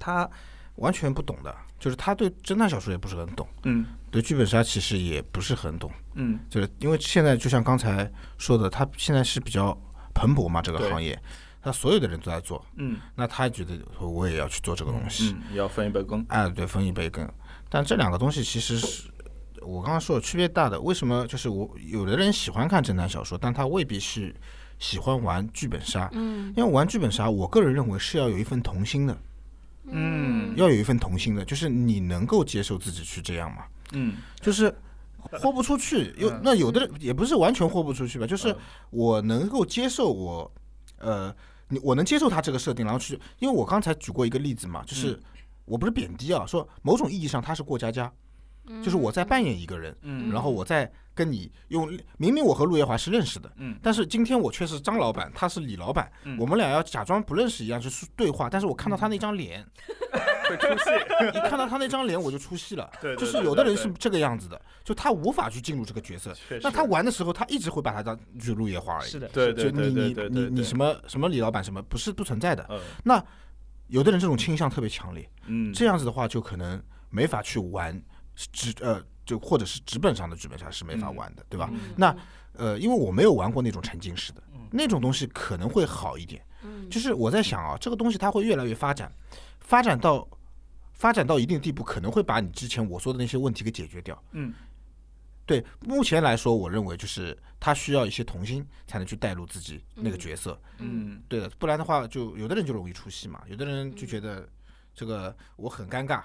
[SPEAKER 5] 他完全不懂的，就是他对侦探小说也不是很懂，
[SPEAKER 3] 嗯
[SPEAKER 5] 对剧本杀其实也不是很懂，
[SPEAKER 3] 嗯
[SPEAKER 5] 就是因为现在就像刚才说的，他现在是比较蓬勃嘛这个
[SPEAKER 3] 对
[SPEAKER 5] 行业，他所有的人都在做，
[SPEAKER 3] 嗯
[SPEAKER 5] 那他觉得我也要去做这个东西，
[SPEAKER 3] 嗯，也要分一杯羹，
[SPEAKER 5] 哎，对，分一杯羹。但这两个东西其实是我刚刚说的区别大的。为什么就是我有的人喜欢看侦探小说，但他未必是喜欢玩剧本杀。
[SPEAKER 2] 嗯
[SPEAKER 5] 因为玩剧本杀，我个人认为是要有一份童心的，
[SPEAKER 3] 嗯
[SPEAKER 5] 要有一份童心的，就是你能够接受自己去这样嘛？
[SPEAKER 3] 嗯
[SPEAKER 5] 就是豁不出去，有那有的人也不是完全豁不出去吧，就是我能够接受我，呃，你我能接受他这个设定，然后去，因为我刚才举过一个例子嘛，就是我不是贬低啊，说某种意义上他是过家家，
[SPEAKER 2] 嗯
[SPEAKER 5] 就是我在扮演一个人，
[SPEAKER 3] 嗯
[SPEAKER 5] 然后我在跟你用，明明我和陆夜华是认识的，
[SPEAKER 3] 嗯
[SPEAKER 5] 但是今天我却是张老板，他是李老板，
[SPEAKER 3] 嗯
[SPEAKER 5] 我们俩要假装不认识一样去对话，但是我看到他那张脸，
[SPEAKER 3] 嗯 会出戏，
[SPEAKER 5] 一看到他那张脸我就出戏了。
[SPEAKER 3] 对，对
[SPEAKER 5] 就是
[SPEAKER 3] 对
[SPEAKER 5] 有的
[SPEAKER 3] 对
[SPEAKER 5] 人是
[SPEAKER 3] 对
[SPEAKER 5] 这个样子的，就他无法去进入这个角色
[SPEAKER 3] 确。
[SPEAKER 5] 那
[SPEAKER 3] 实
[SPEAKER 5] 他玩的时候，他一直会把他当就路野
[SPEAKER 3] 呃
[SPEAKER 5] 花而已。
[SPEAKER 4] 是的，
[SPEAKER 3] 对
[SPEAKER 5] 就
[SPEAKER 3] 对
[SPEAKER 5] 你
[SPEAKER 3] 对
[SPEAKER 5] 你
[SPEAKER 3] 对对
[SPEAKER 5] 你
[SPEAKER 3] 对
[SPEAKER 5] 你什
[SPEAKER 3] 么
[SPEAKER 5] 么什么李老板什么不是不存在的。
[SPEAKER 3] 呃
[SPEAKER 5] 那有的人这种倾向特别强烈，
[SPEAKER 3] 嗯
[SPEAKER 5] 这样子的话就可能没法去玩纸呃就或者是纸本上的剧本杀是没法玩的，对
[SPEAKER 2] 嗯
[SPEAKER 5] 吧？那呃，因为我没有玩过那种沉浸式的那种东西，可能会好一点。
[SPEAKER 2] 嗯
[SPEAKER 5] 就是我在想啊，这个东西它会越来越发展，发展到发展到一定地步，可能会把你之前我说的那些问题给解决掉。
[SPEAKER 3] 嗯，
[SPEAKER 5] 对，目前来说，我认为就是他需要一些童心才能去带入自己那个角色。
[SPEAKER 3] 嗯
[SPEAKER 5] 对的，不然的话就，有的人就容易出戏嘛，有的人就觉得这个我很尴尬，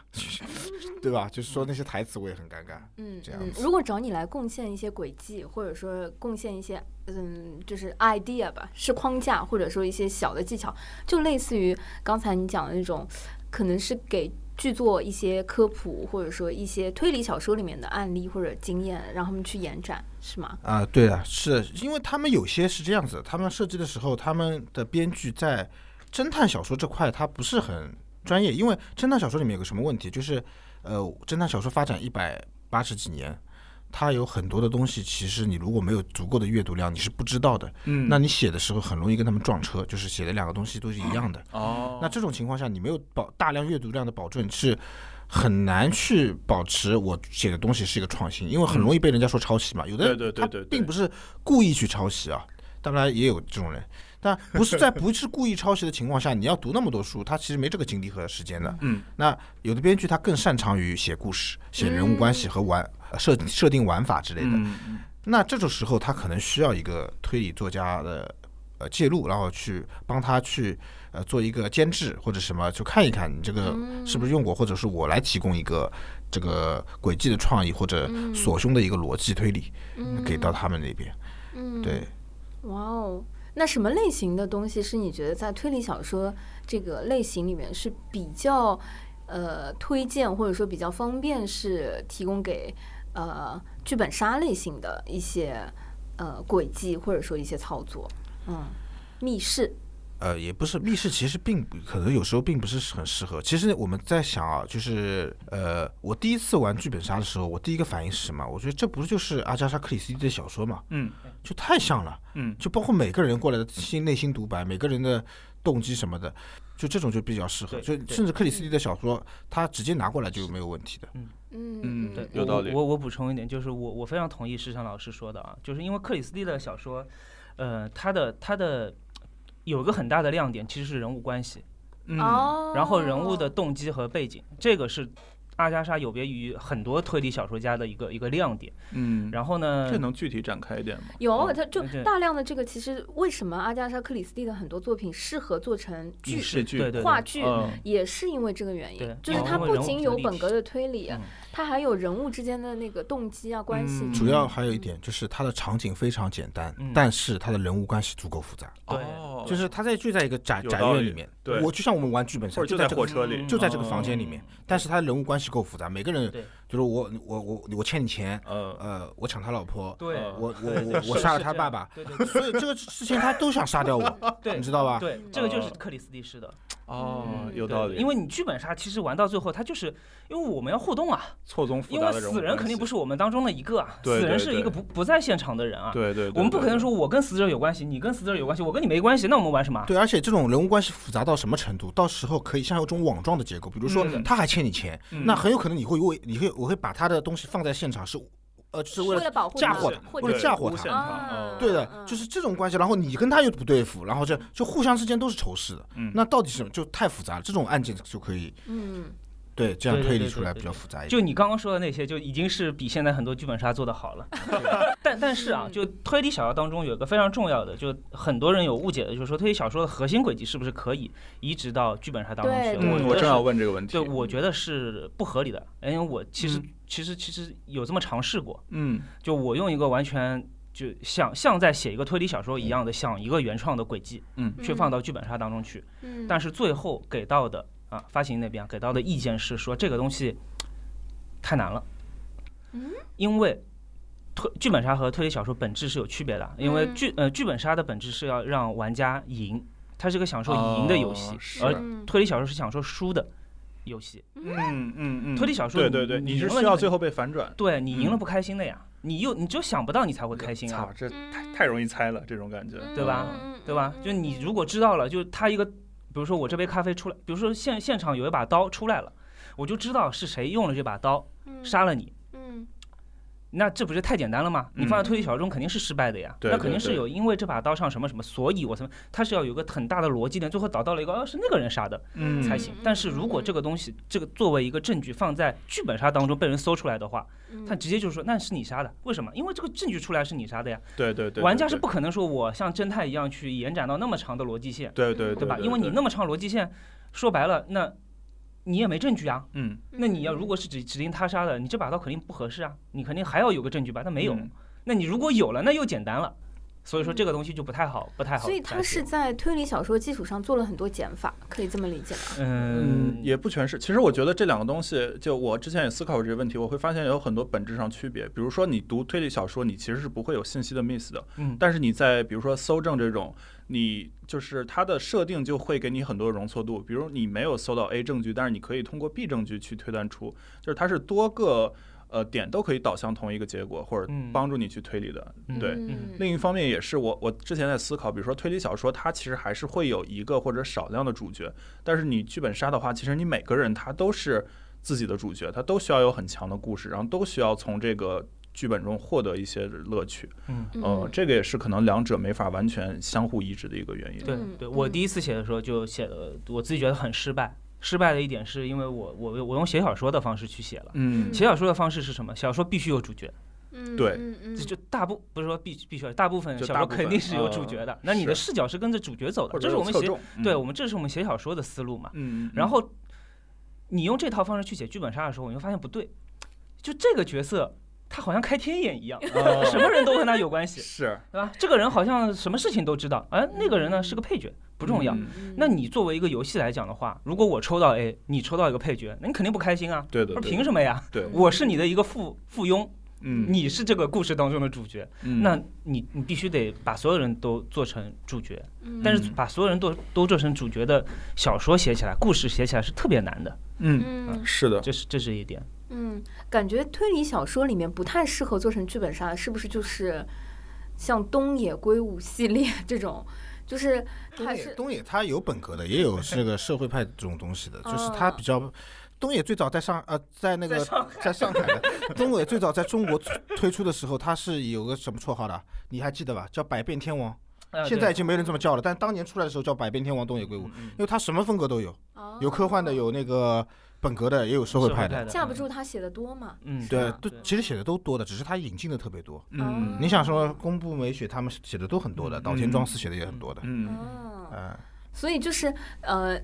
[SPEAKER 5] 对吧？就是说那些台词我也很尴尬。
[SPEAKER 2] 嗯
[SPEAKER 5] 这样
[SPEAKER 2] 嗯，
[SPEAKER 5] 子
[SPEAKER 2] 如果找你来贡献一些轨迹，或者说贡献一些嗯，就是 idea 吧，是框架，或者说一些小的技巧，就类似于刚才你讲的那种，可能是给。去做一些科普，或者说一些推理小说里面的案例或者经验，让他们去延展，是吗？
[SPEAKER 5] 啊，对的，是因为他们有些是这样子的，他们设计的时候，他们的编剧在侦探小说这块他不是很专业，因为侦探小说里面有个什么问题，就是呃，侦探小说发展一百八十几年，它有很多的东西，其实你如果没有足够的阅读量，你是不知道的。
[SPEAKER 3] 嗯
[SPEAKER 5] 那你写的时候很容易跟他们撞车，就是写的两个东西都是一样的。
[SPEAKER 3] 哦，
[SPEAKER 5] 那这种情况下，你没有保大量阅读量的保证，是很难去保持我写的东西是一个创新，因为很容易被人家说抄袭嘛。有的人
[SPEAKER 3] 对对对
[SPEAKER 5] 他
[SPEAKER 3] 对对
[SPEAKER 5] 并不是故意去抄袭啊，当然也有这种人，但不是在不是故意抄袭的情况下，你要读那么多书，他其实没这个精力和时间的。
[SPEAKER 3] 嗯，
[SPEAKER 5] 那有的编剧他更擅长于写故事、写人物关系和玩呃设设定玩法之类的。
[SPEAKER 3] 嗯嗯
[SPEAKER 5] 那这种时候，他可能需要一个推理作家的呃介入，然后去帮他去呃做一个监制或者什么，就看一看你这个是不是用过，或者是我来提供一个这个轨迹的创意或者所凶的一个逻辑推理、给到他们那边。
[SPEAKER 2] 嗯，
[SPEAKER 5] 对，
[SPEAKER 2] 哇哦，那什么类型的东西是你觉得在推理小说这个类型里面是比较呃推荐或者说比较方便是提供给呃剧本杀类型的一些呃轨迹或者说一些操作？嗯，密室，
[SPEAKER 5] 呃，也不是密室，其实并不可能有时候并不是很适合。其实我们在想啊，就是呃，我第一次玩剧本杀的时候，我第一个反应是什么？我觉得这不就是阿加莎·克里斯蒂的小说嘛，
[SPEAKER 3] 嗯
[SPEAKER 5] 就太像了。
[SPEAKER 3] 嗯
[SPEAKER 5] 就包括每个人过来的心内心独白，每个人的动机什么的，就这种就比较适合。
[SPEAKER 4] 对
[SPEAKER 5] 就
[SPEAKER 4] 对
[SPEAKER 5] 甚至克里斯蒂的小说，他直接拿过来就没有问题的。
[SPEAKER 2] 嗯
[SPEAKER 3] 对
[SPEAKER 2] 嗯
[SPEAKER 3] 有
[SPEAKER 4] 我
[SPEAKER 3] 道理
[SPEAKER 4] 我我补充一点，就是我我非常同意石尚老师说的啊，就是因为克里斯蒂的小说，呃，他的他的有个很大的亮点其实是人物关系，
[SPEAKER 3] 嗯，
[SPEAKER 2] 哦，
[SPEAKER 4] 然后人物的动机和背景，这个是阿加莎有别于很多推理小说家的一个一个亮点。
[SPEAKER 3] 嗯，
[SPEAKER 4] 然后呢
[SPEAKER 3] 这，能具体展开一点吗？
[SPEAKER 2] 有，
[SPEAKER 4] 哦
[SPEAKER 2] 它就
[SPEAKER 4] 对
[SPEAKER 2] 大量的这个，其实为什么阿加莎·克里斯蒂的很多作品适合做成剧
[SPEAKER 3] 影视剧
[SPEAKER 4] 对对
[SPEAKER 2] 话
[SPEAKER 4] 对
[SPEAKER 2] 剧
[SPEAKER 3] 嗯
[SPEAKER 2] 也是因为这个原因
[SPEAKER 4] 对，
[SPEAKER 2] 就是
[SPEAKER 4] 哦
[SPEAKER 2] 它
[SPEAKER 4] 因为
[SPEAKER 2] 不
[SPEAKER 4] 人物
[SPEAKER 2] 仅
[SPEAKER 4] 比较
[SPEAKER 2] 有
[SPEAKER 4] 立
[SPEAKER 2] 本
[SPEAKER 4] 体
[SPEAKER 2] 格的推理
[SPEAKER 4] 嗯，
[SPEAKER 2] 它还有人物之间的那个动机啊、关系。
[SPEAKER 3] 嗯
[SPEAKER 5] 主要还有一点就是它的场景非常简单，
[SPEAKER 4] 嗯
[SPEAKER 5] 但是它的人物关系足够复杂。
[SPEAKER 4] 对
[SPEAKER 3] 哦
[SPEAKER 5] 就是他在就在一个宅
[SPEAKER 3] 有
[SPEAKER 5] 宅
[SPEAKER 3] 道
[SPEAKER 5] 院
[SPEAKER 3] 理
[SPEAKER 5] 里面，
[SPEAKER 3] 对
[SPEAKER 5] 我就像我们玩剧本
[SPEAKER 3] 或
[SPEAKER 5] 杀，
[SPEAKER 3] 者就
[SPEAKER 5] 在
[SPEAKER 3] 在
[SPEAKER 5] 这
[SPEAKER 3] 火
[SPEAKER 5] 个
[SPEAKER 3] 车里，
[SPEAKER 4] 嗯
[SPEAKER 5] 就在这个房间里面
[SPEAKER 3] 哦，
[SPEAKER 5] 但是他的人物关系够复杂，每个人
[SPEAKER 4] 对
[SPEAKER 5] 就是我我我我欠你钱，
[SPEAKER 3] 呃，
[SPEAKER 5] 呃，我抢他老婆，
[SPEAKER 4] 对
[SPEAKER 3] 呃
[SPEAKER 5] 我我
[SPEAKER 4] 对
[SPEAKER 5] 我
[SPEAKER 4] 是
[SPEAKER 5] 我杀了
[SPEAKER 4] 是
[SPEAKER 5] 他
[SPEAKER 4] 这
[SPEAKER 5] 爸
[SPEAKER 4] 样
[SPEAKER 5] 爸，
[SPEAKER 4] 对对对
[SPEAKER 5] 所以这个事情他都想杀掉我，
[SPEAKER 4] 对，
[SPEAKER 5] 你知道吧？
[SPEAKER 4] 对，这个就是
[SPEAKER 3] 哦
[SPEAKER 4] 克里斯蒂式的，
[SPEAKER 3] 哦，
[SPEAKER 2] 嗯
[SPEAKER 3] 有
[SPEAKER 4] 对
[SPEAKER 3] 道理，
[SPEAKER 4] 因为你剧本杀其实玩到最后，它就是因为我们要互动啊，
[SPEAKER 3] 错综复
[SPEAKER 4] 因
[SPEAKER 3] 杂
[SPEAKER 4] 为
[SPEAKER 3] 的人物
[SPEAKER 4] 死人
[SPEAKER 3] 关
[SPEAKER 4] 肯定
[SPEAKER 3] 系
[SPEAKER 4] 不是我们当中的一个啊，
[SPEAKER 3] 对
[SPEAKER 4] 死
[SPEAKER 3] 对
[SPEAKER 4] 人是一
[SPEAKER 3] 对
[SPEAKER 4] 个不不在现场的人啊。
[SPEAKER 3] 对对，
[SPEAKER 4] 我们不可能
[SPEAKER 3] 说
[SPEAKER 4] 说我跟死者有关系，你跟死者有关系，我跟你没关系，那我们玩什么啊？
[SPEAKER 5] 对，而且这种人物关系复杂到什么程度？到时候可以像有种网状的结构，比如说
[SPEAKER 3] 嗯
[SPEAKER 5] 他还欠你钱，那很有可能你会为你会我会把他的东西放在现场是，呃，就是为
[SPEAKER 2] 为
[SPEAKER 5] 了
[SPEAKER 2] 了保护
[SPEAKER 5] 嫁
[SPEAKER 2] 他
[SPEAKER 5] 祸
[SPEAKER 2] 们
[SPEAKER 5] 他
[SPEAKER 2] 或
[SPEAKER 5] 为
[SPEAKER 2] 者
[SPEAKER 5] 了嫁祸
[SPEAKER 3] 诬
[SPEAKER 5] 他
[SPEAKER 3] 陷
[SPEAKER 2] 啊
[SPEAKER 3] 哦
[SPEAKER 5] 对的
[SPEAKER 2] 嗯，
[SPEAKER 5] 就是这种关系，然后你跟他又不对付，然后
[SPEAKER 4] 嗯
[SPEAKER 5] 这就互相之间都是仇视的，
[SPEAKER 3] 嗯
[SPEAKER 5] 那到底是什么？就太复杂了，这种案件就可以
[SPEAKER 2] 嗯
[SPEAKER 5] 对这样
[SPEAKER 4] 对对
[SPEAKER 5] 推理
[SPEAKER 4] 对
[SPEAKER 5] 出
[SPEAKER 4] 对
[SPEAKER 5] 来
[SPEAKER 4] 对
[SPEAKER 5] 比较复杂一点。
[SPEAKER 4] 就你刚刚说的那些，就已经是比现在很多剧本杀做的好了。但但是啊，就推理小说当中有一个非常重要的，就很多人有误解的，就是说推理小说的核心轨迹是不是可以移植到剧本杀当中去？
[SPEAKER 2] 对
[SPEAKER 4] 我
[SPEAKER 3] 嗯，
[SPEAKER 4] 觉
[SPEAKER 3] 我
[SPEAKER 4] 得
[SPEAKER 3] 正要
[SPEAKER 4] 是
[SPEAKER 3] 问这个问题
[SPEAKER 4] 对，，我觉得是不合理的，因为我其实、其实其实有这么尝试过，
[SPEAKER 3] 嗯
[SPEAKER 4] 就我用一个完全就像像在写一个推理小说一样的，想一个原创的轨迹
[SPEAKER 3] 嗯
[SPEAKER 4] 去放到剧本杀当中去，
[SPEAKER 2] 嗯，
[SPEAKER 4] 但是最后给到的啊，发行那边给到的意见是说这个东西太难了，
[SPEAKER 2] 嗯
[SPEAKER 4] 因为推剧本杀和推理小说本质是有区别的，因为
[SPEAKER 2] 嗯
[SPEAKER 4] 剧呃剧本杀的本质是要让玩家赢，它是个享受赢的游戏
[SPEAKER 3] 哦，是
[SPEAKER 4] 而
[SPEAKER 2] 嗯
[SPEAKER 4] 推理小说是享受输的游戏。
[SPEAKER 3] 嗯嗯嗯，
[SPEAKER 4] 推理小说
[SPEAKER 3] 对对对，
[SPEAKER 4] 你
[SPEAKER 3] 你是
[SPEAKER 4] 赢了
[SPEAKER 3] 需要
[SPEAKER 4] 你
[SPEAKER 3] 最后被反转，
[SPEAKER 4] 对你赢
[SPEAKER 3] 嗯
[SPEAKER 4] 了不开心的呀，你又你就想不到你才会开心啊
[SPEAKER 3] 操，，这太太容易猜了，这种感觉，
[SPEAKER 4] 对吧
[SPEAKER 3] 嗯？
[SPEAKER 2] 嗯
[SPEAKER 4] 对吧？就你如果知道了，就他一个，比如说我这杯咖啡出来，比如说现现场有一把刀出来了，我就知道是谁用了这把刀杀了你。
[SPEAKER 2] 嗯
[SPEAKER 4] 那这不是太简单了吗？
[SPEAKER 3] 嗯
[SPEAKER 4] 你放在推理小说中肯定是失败的呀。
[SPEAKER 3] 对
[SPEAKER 4] 那肯定
[SPEAKER 3] 对
[SPEAKER 4] 是
[SPEAKER 3] 对
[SPEAKER 4] 有因为这把刀上什么什么，所以我才他是要有一个很大的逻辑链，最后导到了一个哦是那个人杀的
[SPEAKER 3] 嗯
[SPEAKER 4] 才行
[SPEAKER 2] 嗯。
[SPEAKER 4] 但是如果这个东西这个作为一个证据放在剧本杀当中被人搜出来的话，
[SPEAKER 2] 嗯
[SPEAKER 4] 他直接就说那是你杀的，为什么？因为这个证据出来是你杀的呀。
[SPEAKER 3] 对对对，
[SPEAKER 4] 玩家是
[SPEAKER 3] 对
[SPEAKER 4] 不可能说我像侦探一样去延展到那么长的逻辑线，
[SPEAKER 3] 对对
[SPEAKER 4] 对吧？因为你那么长逻辑线，说白了那。你也没证据啊，
[SPEAKER 3] 嗯
[SPEAKER 4] 那你要如果是指指定他杀的，你这把刀肯定不合适啊，你肯定还要有个证据吧？那没有，
[SPEAKER 3] 嗯
[SPEAKER 4] 那你如果有了，那又简单了，所以说这个东西就不太好，不太好展
[SPEAKER 2] 所
[SPEAKER 4] 示。
[SPEAKER 2] 以它是在推理小说基础上做了很多减法，可以这么理解吗？
[SPEAKER 4] 嗯
[SPEAKER 3] 嗯，，也不全是。其实我觉得这两个东西，就我之前也思考过这些问题，我会发现有很多本质上区别。比如说，你读推理小说，你其实是不会有信息的 miss 的，
[SPEAKER 4] 嗯
[SPEAKER 3] 但是你在比如说搜证这种，你就是它的设定就会给你很多容错度。比如你没有搜到 A 证据，但是你可以通过 B 证据去推断出，就是它是多个呃点都可以导向同一个结果，或者
[SPEAKER 4] 嗯
[SPEAKER 3] 帮助你去推理的。
[SPEAKER 4] 嗯
[SPEAKER 3] 对，
[SPEAKER 2] 嗯
[SPEAKER 3] 另一方面也是我我之前在思考，比如说推理小说，它其实还是会有一个或者少量的主角，但是你剧本杀的话，其实你每个人他都是自己的主角，他都需要有很强的故事，然后都需要从这个剧本中获得一些乐趣。
[SPEAKER 4] 嗯，
[SPEAKER 3] 呃，这个也是可能两者没法完全相互移植的一个原因。
[SPEAKER 4] 对
[SPEAKER 2] 嗯
[SPEAKER 4] 对，我
[SPEAKER 2] 嗯
[SPEAKER 4] 第一次写的时候就写的，我自己觉得很失败。失败的一点是因为我我我用写小说的方式去写了。
[SPEAKER 3] 嗯
[SPEAKER 4] 写小说的方式是什么？小说必须有主角，
[SPEAKER 2] 嗯
[SPEAKER 3] 对
[SPEAKER 2] 嗯嗯
[SPEAKER 4] 就就大部不是说必必须有，大部分
[SPEAKER 3] 就
[SPEAKER 4] 小
[SPEAKER 3] 大
[SPEAKER 4] 说
[SPEAKER 3] 部
[SPEAKER 4] 肯
[SPEAKER 3] 分
[SPEAKER 4] 定是有主
[SPEAKER 3] 呃
[SPEAKER 4] 角的。那你的视角是跟着主角走的，
[SPEAKER 3] 或
[SPEAKER 4] 这
[SPEAKER 3] 者
[SPEAKER 4] 是
[SPEAKER 3] 有
[SPEAKER 4] 我们
[SPEAKER 3] 侧
[SPEAKER 4] 写
[SPEAKER 3] 重，
[SPEAKER 4] 对
[SPEAKER 3] 嗯
[SPEAKER 4] 我们这是我们写小说的思路嘛。
[SPEAKER 3] 嗯，嗯
[SPEAKER 4] 然后你用这套方式去写剧本杀的时候，你会发现不对，就这个角色他好像开天眼一 样，
[SPEAKER 3] 呃
[SPEAKER 4] 什么人都跟他有关系，
[SPEAKER 3] 是
[SPEAKER 4] 对吧？这个人好像什么事情都知道，哎，那个人呢是个配角，不重要。
[SPEAKER 3] 嗯
[SPEAKER 4] 那你作为一个游戏来讲的话，如果我抽到 A，你抽到一个配角，那你肯定不开心啊。
[SPEAKER 3] 对的，
[SPEAKER 4] 那
[SPEAKER 3] 对
[SPEAKER 4] 凭
[SPEAKER 3] 的
[SPEAKER 4] 什么呀？
[SPEAKER 3] 对，
[SPEAKER 2] 嗯
[SPEAKER 4] 我是你的一个附附庸，
[SPEAKER 3] 嗯，
[SPEAKER 4] 你是这个故事当中的主角，
[SPEAKER 3] 嗯
[SPEAKER 4] 那你你必须得把所有人都做成主角。
[SPEAKER 2] 嗯
[SPEAKER 4] 但是把所有人都都做成主角的小说写起来，故事写起来是特别难的，
[SPEAKER 3] 嗯
[SPEAKER 2] 嗯
[SPEAKER 3] 是的，
[SPEAKER 4] 这是这是一点。
[SPEAKER 2] 嗯，感觉推理小说里面不太适合做成剧本杀，是不是就是像东野圭吾系列 这种，就是还
[SPEAKER 5] 东野
[SPEAKER 2] 是
[SPEAKER 5] 东野他有本格的， 也有这个社会派这种东西的，就是他
[SPEAKER 2] 哦
[SPEAKER 5] 比较。东野最早在上呃，在那个
[SPEAKER 4] 在上
[SPEAKER 5] 在上海的 东野最早在中国推出的时候，他是有个什么绰号的？你还记得吧？叫百变天王。
[SPEAKER 4] 呃
[SPEAKER 5] 现在已
[SPEAKER 4] 对
[SPEAKER 5] 经没人这么叫了，但当年出来的时候叫百变天王东野圭吾，
[SPEAKER 4] 嗯
[SPEAKER 5] 因为他什么风格都有，
[SPEAKER 2] 哦
[SPEAKER 5] 有科幻的，有那个本格的，也有社会派的。
[SPEAKER 4] 的
[SPEAKER 2] 架不住他写的多嘛？
[SPEAKER 4] 嗯，
[SPEAKER 2] 是
[SPEAKER 5] 对
[SPEAKER 2] 吧，
[SPEAKER 5] 都
[SPEAKER 4] 对
[SPEAKER 5] 其实写的都多的，只是他引进的特别多。
[SPEAKER 2] 嗯
[SPEAKER 5] 你想说宫部美雪他们写的都很多的，岛田庄司写的也很多的。
[SPEAKER 3] 嗯
[SPEAKER 2] 哦，
[SPEAKER 5] 嗯，
[SPEAKER 2] 所以就是呃，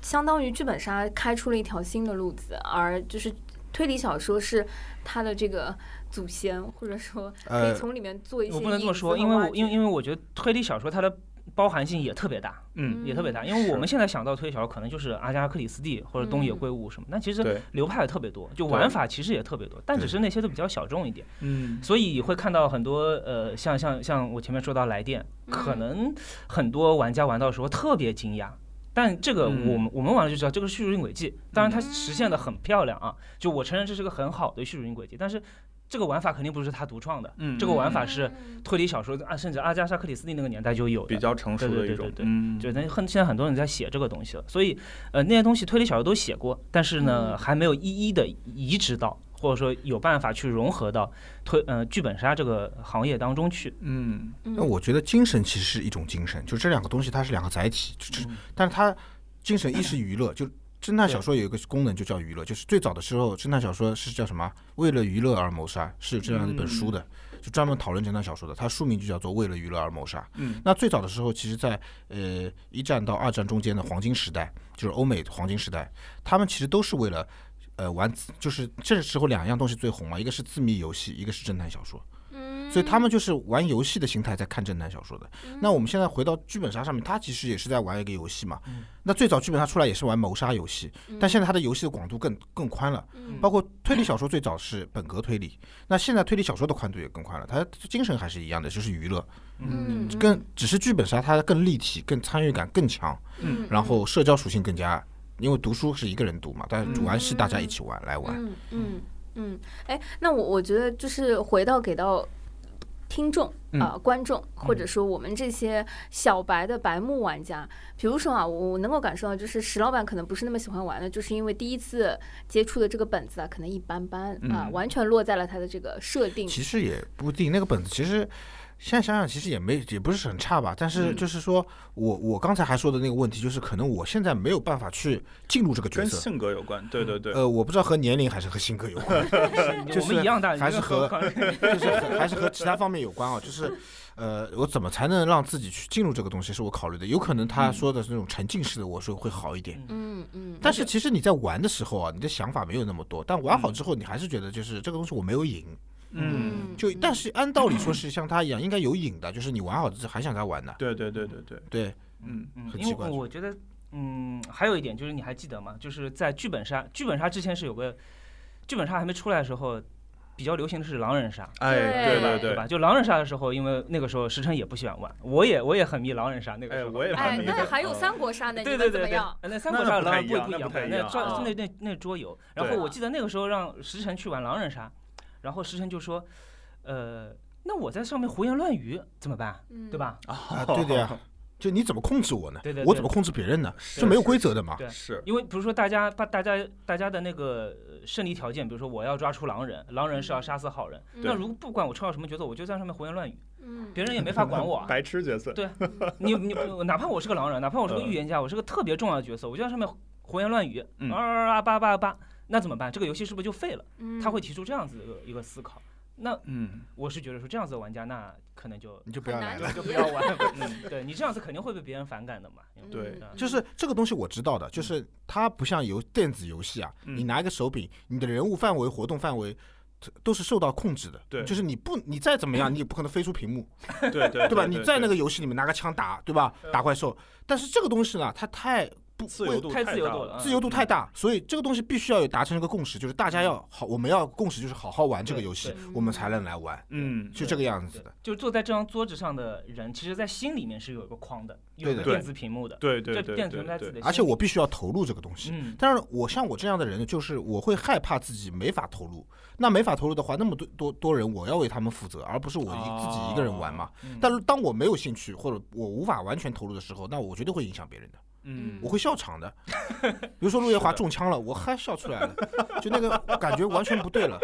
[SPEAKER 2] 相当于剧本杀开出了一条新的路子，而就是推理小说是它的这个祖先，或者说可以
[SPEAKER 5] 呃
[SPEAKER 2] 从里面做一些
[SPEAKER 4] 我不能这么
[SPEAKER 2] 引子
[SPEAKER 4] 说，
[SPEAKER 2] 和
[SPEAKER 4] 因为
[SPEAKER 2] 挖
[SPEAKER 4] 我因为
[SPEAKER 2] 掘嗯
[SPEAKER 4] 因为我觉得推理小说它的包含性也特别大，
[SPEAKER 3] 嗯
[SPEAKER 4] 也特别大。
[SPEAKER 2] 嗯
[SPEAKER 4] 因为我
[SPEAKER 3] 是
[SPEAKER 4] 们现在想到推理小说，可能就是阿加克里斯蒂或者东野
[SPEAKER 2] 嗯
[SPEAKER 4] 圭吾什么，但其实
[SPEAKER 3] 对
[SPEAKER 4] 流派也特别多，就
[SPEAKER 3] 对
[SPEAKER 4] 玩法其实也特别多，但只
[SPEAKER 5] 对
[SPEAKER 4] 是那些都比较小众一点。
[SPEAKER 3] 嗯
[SPEAKER 4] 所以会看到很多呃，像像像我前面说到来电，
[SPEAKER 2] 嗯
[SPEAKER 4] 可能很多玩家玩到的时候特别惊讶。但这个我
[SPEAKER 3] 嗯
[SPEAKER 4] 们、我们玩了就知道，这个叙述性轨迹，当然它实现的很漂亮啊。就我承认这是个很好的叙述性轨迹，但是这个玩法肯定不是他独创的，
[SPEAKER 3] 嗯
[SPEAKER 4] 这个玩法是推理小说啊，甚至阿加莎克里斯蒂那个年代就有的
[SPEAKER 3] 比较成熟的一
[SPEAKER 4] 对对
[SPEAKER 3] 种
[SPEAKER 4] 对，对
[SPEAKER 3] 嗯，
[SPEAKER 4] 就那很现在很多人在写这个东西了，所以呃那些东西推理小说都写过，但是呢
[SPEAKER 2] 嗯
[SPEAKER 4] 还没有一一的移植到，或者说有办法去融合到推呃剧本杀这个行业当中去。
[SPEAKER 3] 嗯
[SPEAKER 5] 那我觉得精神其实是一种精神，就这两个东西它是两个载体，就是但是它精神一是娱乐，就侦探小说有一个功能就叫娱乐，就是最早的时候侦探小说是叫什么？为了娱乐而谋杀，是有这样一本书的，就专门讨论侦探小说的，它书名就叫做《为了娱乐而谋杀》。
[SPEAKER 3] 嗯
[SPEAKER 5] 那最早的时候，其实在，呃一战到二战中间的黄金时代，就是欧美黄金时代，他们其实都是为了，呃，玩自就是这时候两样东西最红嘛，一个是字谜游戏，一个是侦探小说，
[SPEAKER 2] 嗯，
[SPEAKER 5] 所以他们就是玩游戏的心态在看侦探小说的。那我们现在回到剧本杀上面，它其实也是在玩一个游戏嘛。
[SPEAKER 2] 嗯
[SPEAKER 5] 那最早剧本杀出来也是玩谋杀游戏，但现在它的游戏的广度更更宽了，
[SPEAKER 2] 嗯
[SPEAKER 5] 包括推理小说最早是本格推理，那现在推理小说的宽度也更宽了，它精神还是一样的，就是娱乐。
[SPEAKER 2] 嗯
[SPEAKER 5] 更只是剧本杀它更立体、更参与感更强，
[SPEAKER 3] 嗯
[SPEAKER 5] 然后社交属性更加，因为读书是一个人读嘛，但玩是大家一起玩来玩。
[SPEAKER 2] 嗯嗯嗯，哎，那我我觉得就是回到给到听众啊、观众，或者说我们这些小白的白目玩家，比如说啊，我我能够感受到，就是石老板可能不是那么喜欢玩的，就是因为第一次接触的这个本子啊，可能一般般啊，
[SPEAKER 3] 嗯
[SPEAKER 2] 完全落在了他的这个设定。
[SPEAKER 5] 其实也不一定，那个本子其实现在想想，其实也没也不是很差吧。但
[SPEAKER 2] 嗯
[SPEAKER 5] 是就是说我我刚才还说的那个问题，就是可能我现在没有办法去进入这个角
[SPEAKER 3] 跟
[SPEAKER 5] 色。
[SPEAKER 3] 性格有关，对对对，
[SPEAKER 5] 呃，我不知道和年龄还是和性格有关， 就
[SPEAKER 4] 我
[SPEAKER 5] 是
[SPEAKER 4] 们一样大，
[SPEAKER 5] 还是和
[SPEAKER 4] 你这个
[SPEAKER 5] 就是和还是和其他方面有关啊。就是，呃，我怎么才能让自己去进入这个东西，是我考虑的。有可能他说的是那种沉浸式的，我说会好一点。
[SPEAKER 2] 嗯嗯，
[SPEAKER 5] 但是其实你在玩的时候啊，你的想法没有那么多，但玩好之后，你还是觉得就是这个东西我没有赢，
[SPEAKER 3] 嗯，
[SPEAKER 5] 就但是按道理说是像他一样，应该有瘾的，就是你玩好之后还想再玩的。
[SPEAKER 3] 对对对对对，
[SPEAKER 5] 对，
[SPEAKER 3] 嗯
[SPEAKER 4] 嗯，
[SPEAKER 5] 很
[SPEAKER 4] 因
[SPEAKER 5] 奇
[SPEAKER 4] 为
[SPEAKER 5] 怪
[SPEAKER 4] 我我觉得，嗯，还有一点就是你还记得吗？就是在剧本杀，剧本杀之前是有个剧本杀还没出来的时候，比较流行的是狼人杀。
[SPEAKER 3] 哎，
[SPEAKER 2] 对
[SPEAKER 3] 对
[SPEAKER 4] 对
[SPEAKER 3] 对
[SPEAKER 4] 吧？，就狼人杀的时候，因为那个时候时辰也不喜欢玩，我也我也很迷狼人杀。那个时
[SPEAKER 3] 哎，
[SPEAKER 4] 候，
[SPEAKER 3] 我也
[SPEAKER 2] 哎
[SPEAKER 3] 蛮，迷
[SPEAKER 2] 那
[SPEAKER 3] 的。
[SPEAKER 2] 还有三国杀呢，
[SPEAKER 4] 对
[SPEAKER 2] 你
[SPEAKER 4] 对
[SPEAKER 2] 们怎
[SPEAKER 4] 对
[SPEAKER 2] 么
[SPEAKER 4] 对
[SPEAKER 2] 样？，
[SPEAKER 4] 那三
[SPEAKER 3] 那
[SPEAKER 4] 国
[SPEAKER 3] 那
[SPEAKER 4] 杀
[SPEAKER 3] 不
[SPEAKER 4] 狼
[SPEAKER 3] 太
[SPEAKER 4] 人
[SPEAKER 3] 一样
[SPEAKER 4] 不
[SPEAKER 3] 那
[SPEAKER 4] 一
[SPEAKER 3] 不太一
[SPEAKER 4] 那
[SPEAKER 3] 样
[SPEAKER 4] 桌
[SPEAKER 2] 啊
[SPEAKER 4] 那那那桌游。然后
[SPEAKER 3] 对啊
[SPEAKER 4] 我记得那个时候让时辰去玩狼人杀，然后时辰就说，呃，那我在上面胡言乱语怎么办？
[SPEAKER 2] 嗯
[SPEAKER 4] 对？吧？
[SPEAKER 5] 啊，对的呀。就你怎么控制我呢？
[SPEAKER 4] 对对对
[SPEAKER 5] 我怎么控制别人呢？
[SPEAKER 3] 是
[SPEAKER 5] 就没有规则的嘛。
[SPEAKER 4] 对
[SPEAKER 3] 是，
[SPEAKER 4] 因为比如说大家把大家大家的那个呃胜利条件，比如说我要抓出狼人，狼人是要杀死好人。
[SPEAKER 2] 嗯
[SPEAKER 4] 那如果不管我抽到什么角色，我就在上面胡言乱语，
[SPEAKER 2] 嗯，
[SPEAKER 4] 别人也没法管我 啊。
[SPEAKER 6] 白痴角色，
[SPEAKER 4] 你你哪怕我是个狼人，哪怕我是
[SPEAKER 2] 嗯
[SPEAKER 4] 个预言家，我是个特别重要的角色，我就在上面胡言乱语，
[SPEAKER 3] 嗯
[SPEAKER 4] 啊啊啊叭叭叭，那怎么办？这个游戏是不是就废了？
[SPEAKER 2] 嗯
[SPEAKER 4] 他会提出这样子的一个一个思考。那
[SPEAKER 3] 嗯，
[SPEAKER 4] 我是觉得说这样子的玩家，那可能就
[SPEAKER 5] 你就不
[SPEAKER 2] 很
[SPEAKER 5] 要
[SPEAKER 2] 难
[SPEAKER 5] 来
[SPEAKER 2] 理
[SPEAKER 5] 了。
[SPEAKER 2] 解
[SPEAKER 4] 就不要玩。 嗯，对你这样子肯定会被别人反感的嘛。
[SPEAKER 2] 嗯
[SPEAKER 3] 对
[SPEAKER 4] 嗯
[SPEAKER 5] 就是这个东西我知道的，就是它不像游电子游戏啊，
[SPEAKER 3] 嗯
[SPEAKER 5] 你拿一个手柄，你的人物范围、活动范围。都是受到控制的，
[SPEAKER 3] 对
[SPEAKER 5] 就是你不，你再怎么样，你也不可能飞出屏 幕，
[SPEAKER 3] 对对对嗯
[SPEAKER 5] 对吧？你在那个游戏里面拿个枪打，对吧？打怪兽，但是这个东西呢，它太不
[SPEAKER 3] 自由
[SPEAKER 5] 为
[SPEAKER 3] 度
[SPEAKER 4] 太自由
[SPEAKER 3] 大
[SPEAKER 4] 度了，嗯
[SPEAKER 5] 自由度太大，所以这个东西必须要有达成一个共识，就是大家要好，我们要共识就是好好玩这个游戏
[SPEAKER 4] 对，
[SPEAKER 5] 我们才能来玩，
[SPEAKER 3] 嗯，
[SPEAKER 5] 就这个样子
[SPEAKER 4] 对
[SPEAKER 5] 的。，
[SPEAKER 4] 就是坐在这张桌子上的人，其实在心里面是有一个框的，有
[SPEAKER 5] 对
[SPEAKER 4] 一个
[SPEAKER 5] 的
[SPEAKER 4] 电子屏幕的，
[SPEAKER 3] 对对
[SPEAKER 4] 这
[SPEAKER 3] 对
[SPEAKER 4] 电子
[SPEAKER 3] 对
[SPEAKER 4] 屏幕在自己的
[SPEAKER 3] 对，
[SPEAKER 4] 心里，
[SPEAKER 5] 而且我必须要投入这个东西，
[SPEAKER 4] 嗯，
[SPEAKER 5] 但是我像我这样的人呢，就是我会害怕自己没法投入。那没法投入的话，那么多多多人，我要为他们负责，而不是我一、
[SPEAKER 3] 哦
[SPEAKER 5] 自己一个人玩嘛。
[SPEAKER 4] 嗯
[SPEAKER 5] 但是当我没有兴趣或者我无法完全投入的时候，那我绝对会影响别人的，
[SPEAKER 3] 嗯
[SPEAKER 5] 我会笑场的。比如说陆夜华中枪了，我还笑出来了， 就那个感觉完全不对了，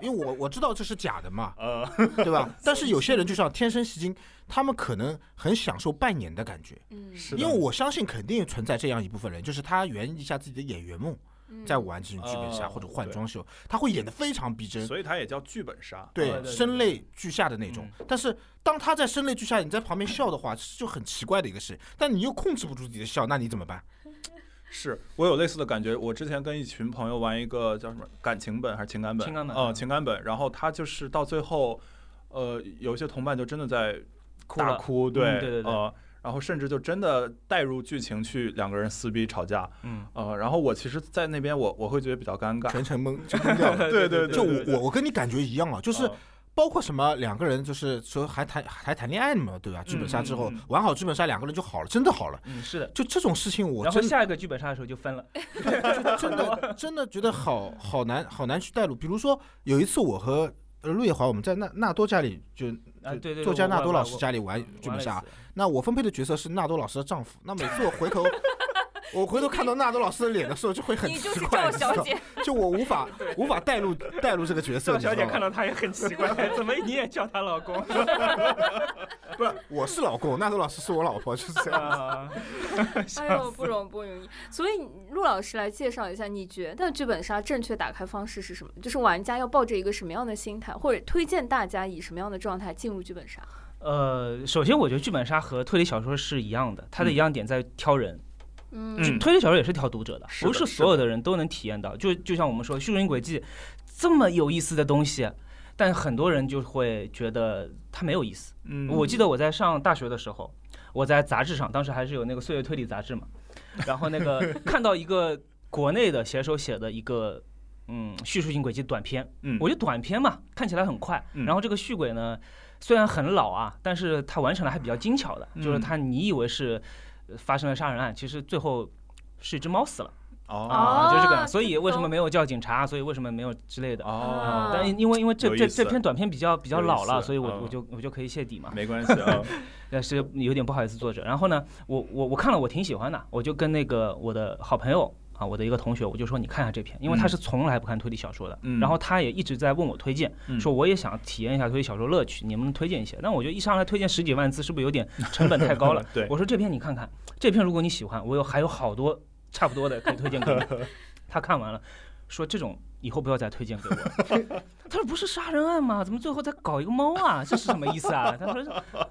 [SPEAKER 5] 因为我我知道这是假的 嘛，
[SPEAKER 3] 啊
[SPEAKER 6] 呃，
[SPEAKER 5] 对吧？但是有些人就像天生戏精，他们可能很享受扮演的感觉，
[SPEAKER 2] 嗯
[SPEAKER 3] 是的，
[SPEAKER 5] 因为我相信肯定存在这样一部分人，就是他圆一下自己的演员梦，
[SPEAKER 3] 嗯
[SPEAKER 5] 在玩这种剧本杀
[SPEAKER 3] 哦
[SPEAKER 5] 或者换装秀，他会演得非常逼真，
[SPEAKER 3] 所以它也叫剧本杀，
[SPEAKER 4] 对
[SPEAKER 5] 对
[SPEAKER 4] 对
[SPEAKER 5] 声泪俱下的那种。
[SPEAKER 3] 嗯
[SPEAKER 5] 但是当他在声泪俱下，你在旁边笑的话，是就很奇怪的一个事。但你又控制不住自己的笑，那你怎么办？
[SPEAKER 3] 是我有类似的感觉。我之前跟一群朋友玩一个叫什么感情本还是情感本？
[SPEAKER 4] 情感本嗯
[SPEAKER 3] 呃，情感本。然后他就是到最后，呃，有一些同伴就真的在
[SPEAKER 4] 哭
[SPEAKER 3] 大
[SPEAKER 4] 了，
[SPEAKER 3] 哭，对、
[SPEAKER 4] 嗯对对对
[SPEAKER 3] 呃，然后甚至就真的带入剧情去两个人撕逼吵架，
[SPEAKER 4] 嗯，
[SPEAKER 3] 呃，然后我其实，在那边我我会觉得比较尴尬
[SPEAKER 5] 全，程懵，全懵掉 了。
[SPEAKER 3] 对
[SPEAKER 4] 对哦
[SPEAKER 3] 对
[SPEAKER 5] 就
[SPEAKER 3] 对
[SPEAKER 5] 我我跟你感觉一样啊，就是
[SPEAKER 3] 呃
[SPEAKER 5] 包括什么两个人就是说还谈还谈恋爱嘛，对吧？剧本杀之后
[SPEAKER 3] 嗯嗯
[SPEAKER 5] 玩好剧本杀，两个人就好了，真的好了。
[SPEAKER 4] 嗯，是的。
[SPEAKER 5] 就这种事情，我
[SPEAKER 4] 然后
[SPEAKER 5] 真的
[SPEAKER 4] 下一个剧本杀的时候就分了，
[SPEAKER 5] 真的真的觉得好好难好难去带入。比如说有一次我和呃陆夜华我们在纳纳多家里就
[SPEAKER 4] 啊，
[SPEAKER 5] 就
[SPEAKER 4] 对对对，
[SPEAKER 5] 作家
[SPEAKER 4] 我
[SPEAKER 5] 纳
[SPEAKER 4] 我
[SPEAKER 5] 多
[SPEAKER 4] 我
[SPEAKER 5] 老师
[SPEAKER 4] 我
[SPEAKER 5] 家里玩
[SPEAKER 4] 玩
[SPEAKER 5] 剧
[SPEAKER 4] 了
[SPEAKER 5] 本
[SPEAKER 4] 一
[SPEAKER 5] 杀
[SPEAKER 4] 次，
[SPEAKER 5] 那我分配的角色是纳多老师的丈夫。那每次我回头我回头看到纳多老师的脸的时候，就会很
[SPEAKER 2] 嗯你就是
[SPEAKER 5] 奇怪，
[SPEAKER 2] 赵
[SPEAKER 5] 你知道
[SPEAKER 2] 小姐，
[SPEAKER 5] 就我无法无法带入带入这个角色。
[SPEAKER 4] 赵
[SPEAKER 5] 你知
[SPEAKER 4] 小姐
[SPEAKER 5] 道吗
[SPEAKER 4] 看到他也很奇 怪，怎么你也叫她老公？
[SPEAKER 5] 不是我是老公，纳多老师是我老婆，就是这 样。
[SPEAKER 4] 啊，
[SPEAKER 2] 哎呦，不容不容易。所以陆老师来介绍一下，你觉得剧本杀正确打开方式是什么？就是玩家要抱着一个什么样的心态，或者推荐大家以什么样的状态进入剧本杀？
[SPEAKER 4] 呃，首先我觉得剧本杀和推理小说是一样的，它的一样点在于挑人。
[SPEAKER 2] 嗯
[SPEAKER 4] 就
[SPEAKER 3] 嗯，
[SPEAKER 4] 推理小说也是挑读者的，
[SPEAKER 3] 是的
[SPEAKER 4] 不是所有的人都能体验到。就就像我们说《叙述性轨迹》这么有意思的东西，但很多人就会觉得它没有意思。
[SPEAKER 3] 嗯
[SPEAKER 4] 我记得我在上大学的时候，我在杂志上，当时还是有那个《岁月推理》杂志嘛，然后那 个看到一个国内的写手写的一个嗯叙述性轨迹短篇，
[SPEAKER 3] 嗯
[SPEAKER 4] 我觉得短篇嘛看起来很快，
[SPEAKER 3] 嗯
[SPEAKER 4] 然后这个续轨呢虽然很老啊，但是它完成的还比较精巧的，就是
[SPEAKER 3] 嗯
[SPEAKER 4] 它你以为是呃发生了杀人案，其实最后。是一只猫死了
[SPEAKER 3] 哦
[SPEAKER 4] 啊，就是这个
[SPEAKER 2] 哦
[SPEAKER 4] 样，所以
[SPEAKER 2] 这
[SPEAKER 4] 为什么
[SPEAKER 2] 懂
[SPEAKER 4] 没有叫警察？所以为什么没有之类的？
[SPEAKER 3] 哦，
[SPEAKER 4] 啊但因因为因为这
[SPEAKER 3] 有
[SPEAKER 4] 这
[SPEAKER 3] 意思
[SPEAKER 4] 这篇短篇比较比较
[SPEAKER 3] 有意
[SPEAKER 4] 老
[SPEAKER 3] 思
[SPEAKER 4] 了，所以我
[SPEAKER 3] 嗯
[SPEAKER 4] 我就我就可以泄底嘛。
[SPEAKER 3] 没关系 啊，
[SPEAKER 4] 但呃是有点不好意思作者。然后呢，我我我看了，我挺喜欢的，我就跟那个我的好朋友啊，我的一个同学，我就说你看一下这篇，因为他是从来不看推理小说的，
[SPEAKER 3] 嗯
[SPEAKER 4] 然后他也一直在问我推荐，
[SPEAKER 3] 嗯？
[SPEAKER 4] 说我也想体验一下推理小说乐趣，你们能推荐一些？但我觉得一上来推荐十几万字，是不是有点成本太高了
[SPEAKER 3] 对
[SPEAKER 4] 我说这篇你看看，这篇如果你喜欢，我有还有好多差不多的可以推荐给你。他看完了，说这种以后不要再推荐给我。 他说不是杀人案吗？怎么最后再搞一个猫啊？这是什么意思啊？ 他说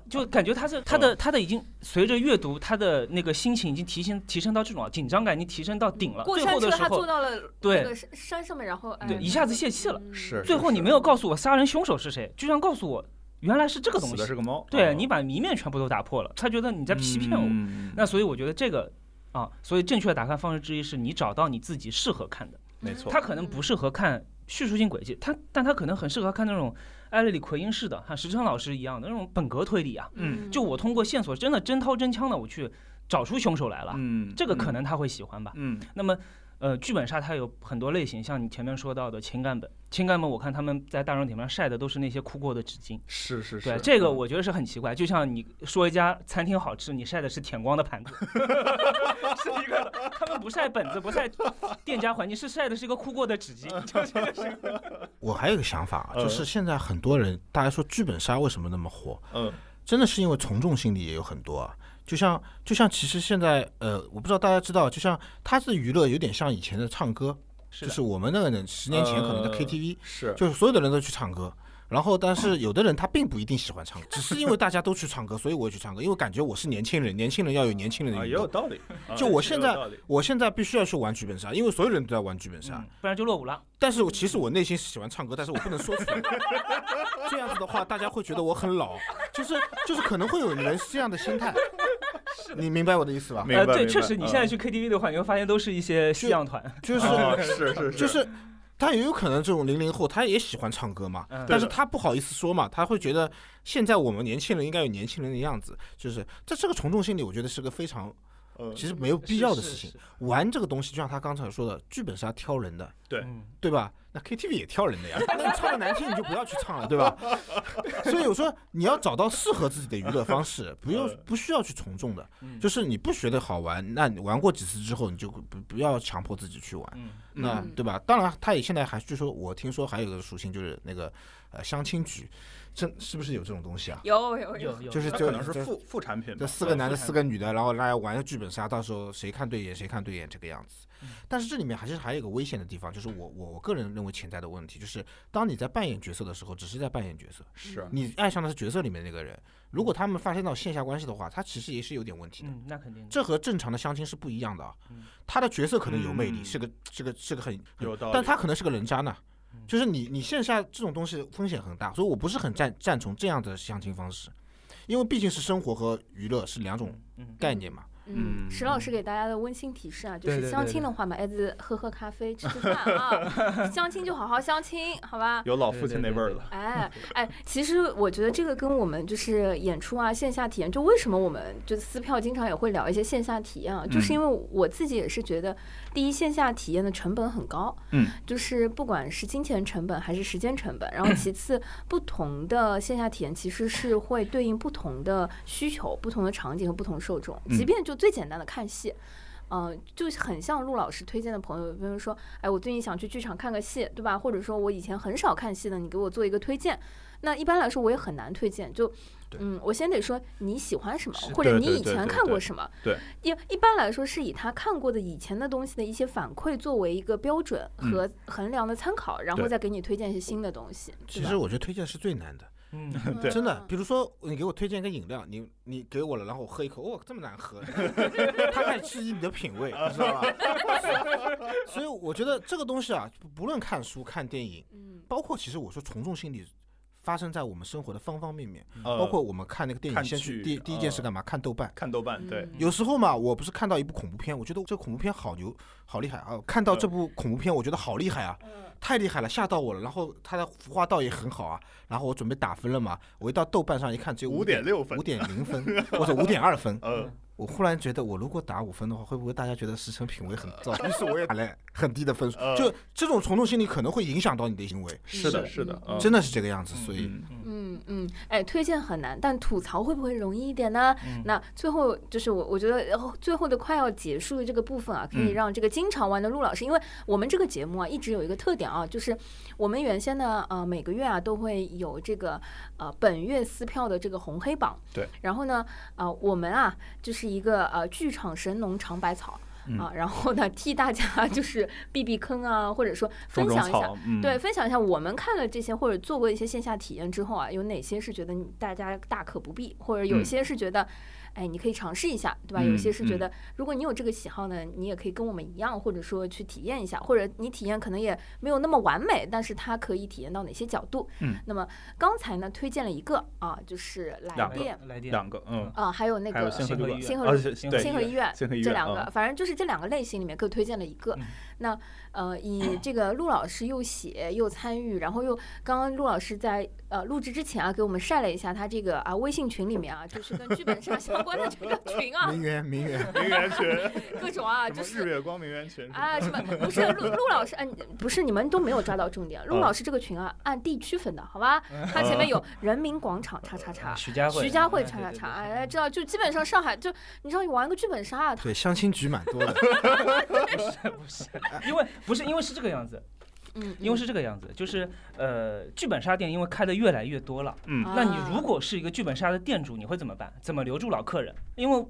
[SPEAKER 4] 就感觉他是他的他的已经随着阅读，他的那个心情已经提升提升到这种啊紧张感已经提升到顶了。
[SPEAKER 2] 过
[SPEAKER 4] 最
[SPEAKER 2] 山
[SPEAKER 4] 后
[SPEAKER 2] 车
[SPEAKER 4] 的时
[SPEAKER 2] 他坐
[SPEAKER 4] 候，
[SPEAKER 2] 到了那个
[SPEAKER 4] 对
[SPEAKER 2] 山山上面，然后哎嗯
[SPEAKER 4] 对一下子泄气了。
[SPEAKER 3] 是
[SPEAKER 4] 最后你没有告诉我杀人凶手是谁，居然告诉我原来是这
[SPEAKER 3] 这
[SPEAKER 4] 个东西
[SPEAKER 3] 是。个猫，哦
[SPEAKER 4] 对你把谜面全部都打破了，他觉得你在欺骗我。
[SPEAKER 3] 嗯
[SPEAKER 4] 那所以我觉得这个啊，所以正确的打开方式之一是你找到你自己适合看的。
[SPEAKER 3] 没错，
[SPEAKER 4] 他可能不适合看叙述性轨迹，他但他可能很适合看那种艾略里奎因式的，哈，石川老师一样的那种本格推理啊。
[SPEAKER 3] 嗯
[SPEAKER 4] 就我通过线索真的真刀真枪的我去找出凶手来了，
[SPEAKER 3] 嗯，
[SPEAKER 4] 这个可能他会喜欢吧。
[SPEAKER 3] 嗯
[SPEAKER 4] 那么。呃，剧本杀它有很多类型，像你前面说到的情感本，情感本我看他们在大众点评上晒的都是那些哭过的纸巾，
[SPEAKER 3] 是是是，嗯
[SPEAKER 4] 对，这个我觉得是很奇怪，就像你说一家餐厅好吃，你晒的是舔光的盘子， 是一个，他们不晒本子，不晒店家环境，是晒的是一个哭过的纸 巾，就是是
[SPEAKER 5] 我还有一个想法啊，
[SPEAKER 3] 嗯
[SPEAKER 5] 就是现在很多人大家说剧本杀为什么那么火，
[SPEAKER 3] 嗯
[SPEAKER 5] 真的是因为从众心理也有很多啊。就像就像其实现在呃，我不知道大家知道，就像它的娱乐有点像以前的唱歌，
[SPEAKER 4] 是
[SPEAKER 5] 就
[SPEAKER 4] 的嗯
[SPEAKER 5] 是我们那个人十年前可能在
[SPEAKER 3] 呃
[SPEAKER 5] KTV，、
[SPEAKER 3] 是
[SPEAKER 5] 就是所有的人都去唱歌。然后，但 是有的人他并不一定喜欢唱歌，只是因为大家都去唱歌，所以我也去唱歌，因为感觉我是年轻人，年轻人要有年轻人
[SPEAKER 3] 啊
[SPEAKER 5] 的
[SPEAKER 3] 也
[SPEAKER 5] 运
[SPEAKER 3] 有
[SPEAKER 5] 动。
[SPEAKER 3] 道理，啊
[SPEAKER 5] 就我现在
[SPEAKER 3] 也有道理
[SPEAKER 5] 我现在必须要去玩剧本杀，因为所有人都在玩剧本杀。
[SPEAKER 3] 啊
[SPEAKER 4] 嗯不然就落伍了。
[SPEAKER 5] 但是我其实我内心是喜欢唱歌，但是我不能说 出来。这样子的话，大家会觉得我很老，就是就是可能会有人是这样的心态。你明白我的意思吧？
[SPEAKER 3] 明白
[SPEAKER 4] 呃，对，
[SPEAKER 3] 明
[SPEAKER 4] 确
[SPEAKER 3] 白
[SPEAKER 4] 实，你
[SPEAKER 3] 嗯
[SPEAKER 4] 现在去 KTV 的话，你会发现都是一些西洋团，
[SPEAKER 5] 就是、
[SPEAKER 3] 哦是是
[SPEAKER 5] 就是，他也有可能这种零零后，他也喜欢唱歌嘛，
[SPEAKER 4] 嗯
[SPEAKER 5] 但是他不好意思说嘛，他会觉得现在我们年轻人应该有年轻人的样子，就是这这个从众心理，我觉得是个非常
[SPEAKER 3] 嗯
[SPEAKER 5] 其实没有必要的
[SPEAKER 4] 是
[SPEAKER 5] 事情。。
[SPEAKER 4] 是是
[SPEAKER 5] 玩这个东西，就像他刚才说的，剧本杀挑人的，
[SPEAKER 3] 对
[SPEAKER 4] 嗯
[SPEAKER 5] 对吧？那 KTV 也挑人的呀， 那你唱的难听你就不要去唱了，对吧？ 所以我说你要找到适合自己的娱乐方 式，不用
[SPEAKER 3] 呃
[SPEAKER 5] 不需要去从众的，
[SPEAKER 4] 嗯
[SPEAKER 5] 就是你不觉得好玩，那你玩过几次之后，你就不不要强迫自己去玩，
[SPEAKER 4] 嗯，
[SPEAKER 5] 那
[SPEAKER 2] 嗯
[SPEAKER 5] 对吧？当然，他也现在还据说我听说还有个属性就是那个呃相亲局，这是不是有这种东西啊？
[SPEAKER 2] 有有有嗯
[SPEAKER 4] 有有，
[SPEAKER 5] 就是
[SPEAKER 3] 它
[SPEAKER 5] 就
[SPEAKER 3] 可能是
[SPEAKER 5] 就
[SPEAKER 3] 副副产品吧，
[SPEAKER 5] 这四个男的，
[SPEAKER 4] 复盘
[SPEAKER 5] 四个女的，然后大家玩个剧本杀，到时候谁看对眼谁看对眼这个样子
[SPEAKER 4] 嗯。
[SPEAKER 5] 但是这里面还是还有一个危险的地方，就是我我我个人认为潜在的问题，就是当你在扮演角色的时候，只是在扮演角色，
[SPEAKER 3] 是
[SPEAKER 5] 你爱上的是角色里面那个人。如果他们发生到线下关系的话，他其实也是有点问题的。
[SPEAKER 4] 嗯，那肯定的。
[SPEAKER 5] 这和正常的相亲是不一样的啊
[SPEAKER 4] 嗯。
[SPEAKER 5] 他的角色可能有魅力，
[SPEAKER 3] 嗯
[SPEAKER 5] 是个是个是个很很
[SPEAKER 3] 有道理
[SPEAKER 5] 但他可能是个人渣呢
[SPEAKER 4] 嗯。
[SPEAKER 5] 就是你你线下这种东西风险很大，所以我不是很赞赞成这样的相亲方式，因为毕竟是生活和娱乐是两种
[SPEAKER 4] 嗯，
[SPEAKER 5] 概念嘛。
[SPEAKER 2] 嗯，
[SPEAKER 3] 嗯
[SPEAKER 2] 石老师给大家的温馨提示啊，就
[SPEAKER 4] 对
[SPEAKER 2] 是
[SPEAKER 4] 对
[SPEAKER 2] 相
[SPEAKER 4] 对
[SPEAKER 2] 亲的话嘛，哎，子喝喝咖啡，吃吃饭 啊，相亲就好好相亲，好吧？
[SPEAKER 3] 有老父亲那味儿了，嗯
[SPEAKER 2] 哎哎，其实我觉得这个跟我们就是演出啊，线下体验，就为什么我们就撕票经常也会聊一些线下体验啊，
[SPEAKER 3] 嗯
[SPEAKER 2] 就是因为我自己也是觉得，第一线下体验的成本很高，
[SPEAKER 3] 嗯，
[SPEAKER 2] 就是不管是金钱成本还是时间成本，然 后其次不同的线下体验其实是会对应不同的需求、不同的场景和不同受众，
[SPEAKER 3] 嗯
[SPEAKER 2] 即便就最简单的看戏。呃，就很像陆老师推荐的朋友，比如说，哎，我最近想去剧场看个戏，对吧？或者说我以前很少看戏的，你给我做一个推荐。那一般来说我也很难推荐，就
[SPEAKER 5] 对
[SPEAKER 2] 嗯，我先得说你喜欢什么
[SPEAKER 3] 是，
[SPEAKER 2] 或者
[SPEAKER 3] 对
[SPEAKER 2] 你
[SPEAKER 3] 对
[SPEAKER 2] 以
[SPEAKER 3] 对
[SPEAKER 2] 前
[SPEAKER 3] 对
[SPEAKER 2] 看过
[SPEAKER 3] 对
[SPEAKER 2] 什么。
[SPEAKER 3] 对
[SPEAKER 2] 因一般来说是以他看过的以前的东西的一些反馈作为一个标准
[SPEAKER 3] 嗯
[SPEAKER 2] 和衡量的参考，然后
[SPEAKER 3] 对
[SPEAKER 2] 再给你推荐一些新的东西。对
[SPEAKER 5] 其
[SPEAKER 2] 吧
[SPEAKER 5] 实我觉得推荐是最难的，
[SPEAKER 4] 嗯，
[SPEAKER 3] 对
[SPEAKER 5] 真的。比如说你给我推荐一个饮料，你你给我了，然后我喝一口，哦，这么难喝，他开始质疑你的品味，你知道吧？ 所以我觉得这个东西啊，不论看书、看电影，
[SPEAKER 2] 嗯，
[SPEAKER 5] 包括其实我说从众心理发生在我们生活的方方面面，
[SPEAKER 3] 呃
[SPEAKER 5] 包括我们看那个电影，
[SPEAKER 3] 看
[SPEAKER 5] 先去
[SPEAKER 3] 剧
[SPEAKER 5] 第第一件事干嘛？看豆瓣。
[SPEAKER 3] 看豆瓣，对，
[SPEAKER 2] 嗯
[SPEAKER 5] 有时候嘛，我不是看到一部恐怖片，我觉得这恐怖片好牛，好厉害啊！看到这部恐怖片，我觉得好厉害啊，太厉害了，吓到我了。然后它的服化道也很好啊，然后我准备打分了嘛，我一到豆瓣上一看，只有
[SPEAKER 6] 五
[SPEAKER 5] 点
[SPEAKER 6] 点六分
[SPEAKER 5] 五，点零分或者五点二分。
[SPEAKER 3] 嗯
[SPEAKER 5] 嗯
[SPEAKER 6] 呃，
[SPEAKER 5] 我忽然觉得，我如果打五分的话，会不会大家觉得石城品味很糟？于是我 也打了很低的分数，
[SPEAKER 6] 呃
[SPEAKER 5] 就这种从众心理可能会影响到你的行为。
[SPEAKER 3] 是的，
[SPEAKER 2] 是
[SPEAKER 3] 是
[SPEAKER 2] 的
[SPEAKER 3] 的，嗯
[SPEAKER 5] 真的是这个样子，所以
[SPEAKER 3] 嗯
[SPEAKER 2] 嗯嗯，哎，推荐很难，但吐槽会不会容易一点呢？
[SPEAKER 4] 嗯
[SPEAKER 2] 那最后就是我，我觉得然后最后的快要结束的这个部分啊，可以
[SPEAKER 3] 嗯
[SPEAKER 2] 让这个经常玩的陆老师，因为我们这个节目啊，一直有一个特点啊，就是我们原先呢，呃，每个月啊都会有这个呃本月撕票的这个红黑榜，
[SPEAKER 3] 对，
[SPEAKER 2] 呃然后呢，啊、我们啊就是一个呃剧场神农尝百草。
[SPEAKER 3] 嗯
[SPEAKER 2] 啊，然后呢替大家就是避避坑啊，或者说
[SPEAKER 3] 种
[SPEAKER 2] 分
[SPEAKER 3] 种
[SPEAKER 2] 享一下
[SPEAKER 3] 草，嗯，
[SPEAKER 2] 对，，分享一下我们看了这些或者做过一些线下体验之后啊，有哪些是觉得你大家大可不必，或者有
[SPEAKER 3] 嗯
[SPEAKER 2] 些是觉得，哎，你可以尝试一下，对吧？有
[SPEAKER 3] 嗯
[SPEAKER 2] 些是觉
[SPEAKER 3] 嗯
[SPEAKER 2] 得，如果你有这个喜好呢，你也可以跟我们一样，或者说去体验一下，或者你体验可能也没有那么完美，但是它可以体验到哪些角度。
[SPEAKER 3] 嗯
[SPEAKER 2] 那么刚才呢，推荐了一个啊，就是来
[SPEAKER 3] 两个
[SPEAKER 2] 电
[SPEAKER 4] 来电
[SPEAKER 3] 两个，嗯，
[SPEAKER 2] 啊，还有那
[SPEAKER 3] 还有
[SPEAKER 2] 个
[SPEAKER 3] 星河
[SPEAKER 4] 河
[SPEAKER 3] 旅
[SPEAKER 4] 医
[SPEAKER 3] 馆，
[SPEAKER 2] 星河
[SPEAKER 3] 啊
[SPEAKER 2] 旅
[SPEAKER 3] 是
[SPEAKER 4] 星河医啊
[SPEAKER 3] 对
[SPEAKER 2] 星河医院。
[SPEAKER 3] 星河医
[SPEAKER 2] 这
[SPEAKER 3] 院
[SPEAKER 2] 两个，
[SPEAKER 3] 嗯
[SPEAKER 2] 反正就是这两个类型里面各推荐了一个
[SPEAKER 4] 嗯。
[SPEAKER 2] 那呃，以这个陆老师又写又参与，然后又刚刚陆老师在呃录制之前啊，给我们晒了一下他这个啊微信群里面啊，就是跟剧本杀相关的这个群啊
[SPEAKER 3] 嗯
[SPEAKER 5] 名，媛名媛，
[SPEAKER 6] 名媛群，
[SPEAKER 2] 各种啊，
[SPEAKER 6] 什
[SPEAKER 2] 就
[SPEAKER 6] 么
[SPEAKER 2] 是
[SPEAKER 6] 日月光名媛 群，
[SPEAKER 2] 啊，什么不是陆陆老师，嗯、不是你们都没有抓到重点。陆
[SPEAKER 3] 嗯
[SPEAKER 2] 老师这个群啊，按地区分的，好吧？他前 面有人民广场叉叉叉，
[SPEAKER 4] 嗯啊徐家汇，
[SPEAKER 2] 徐家汇
[SPEAKER 4] 哎
[SPEAKER 2] 叉叉叉，，
[SPEAKER 4] 对对对
[SPEAKER 2] 哎，知道就基本上上海就你知道你玩个剧本杀啊，他
[SPEAKER 5] 对，相亲局蛮多的。
[SPEAKER 4] 不是，因为不是因为是这个样子，
[SPEAKER 2] 嗯，
[SPEAKER 4] 因为
[SPEAKER 2] 嗯
[SPEAKER 4] 是这个样子，就是呃，剧本杀店因为开的越来越多了，
[SPEAKER 3] 嗯
[SPEAKER 2] 啊
[SPEAKER 4] 那你如果是一个剧本杀的店主，你会怎么办？怎么留住老客人？因为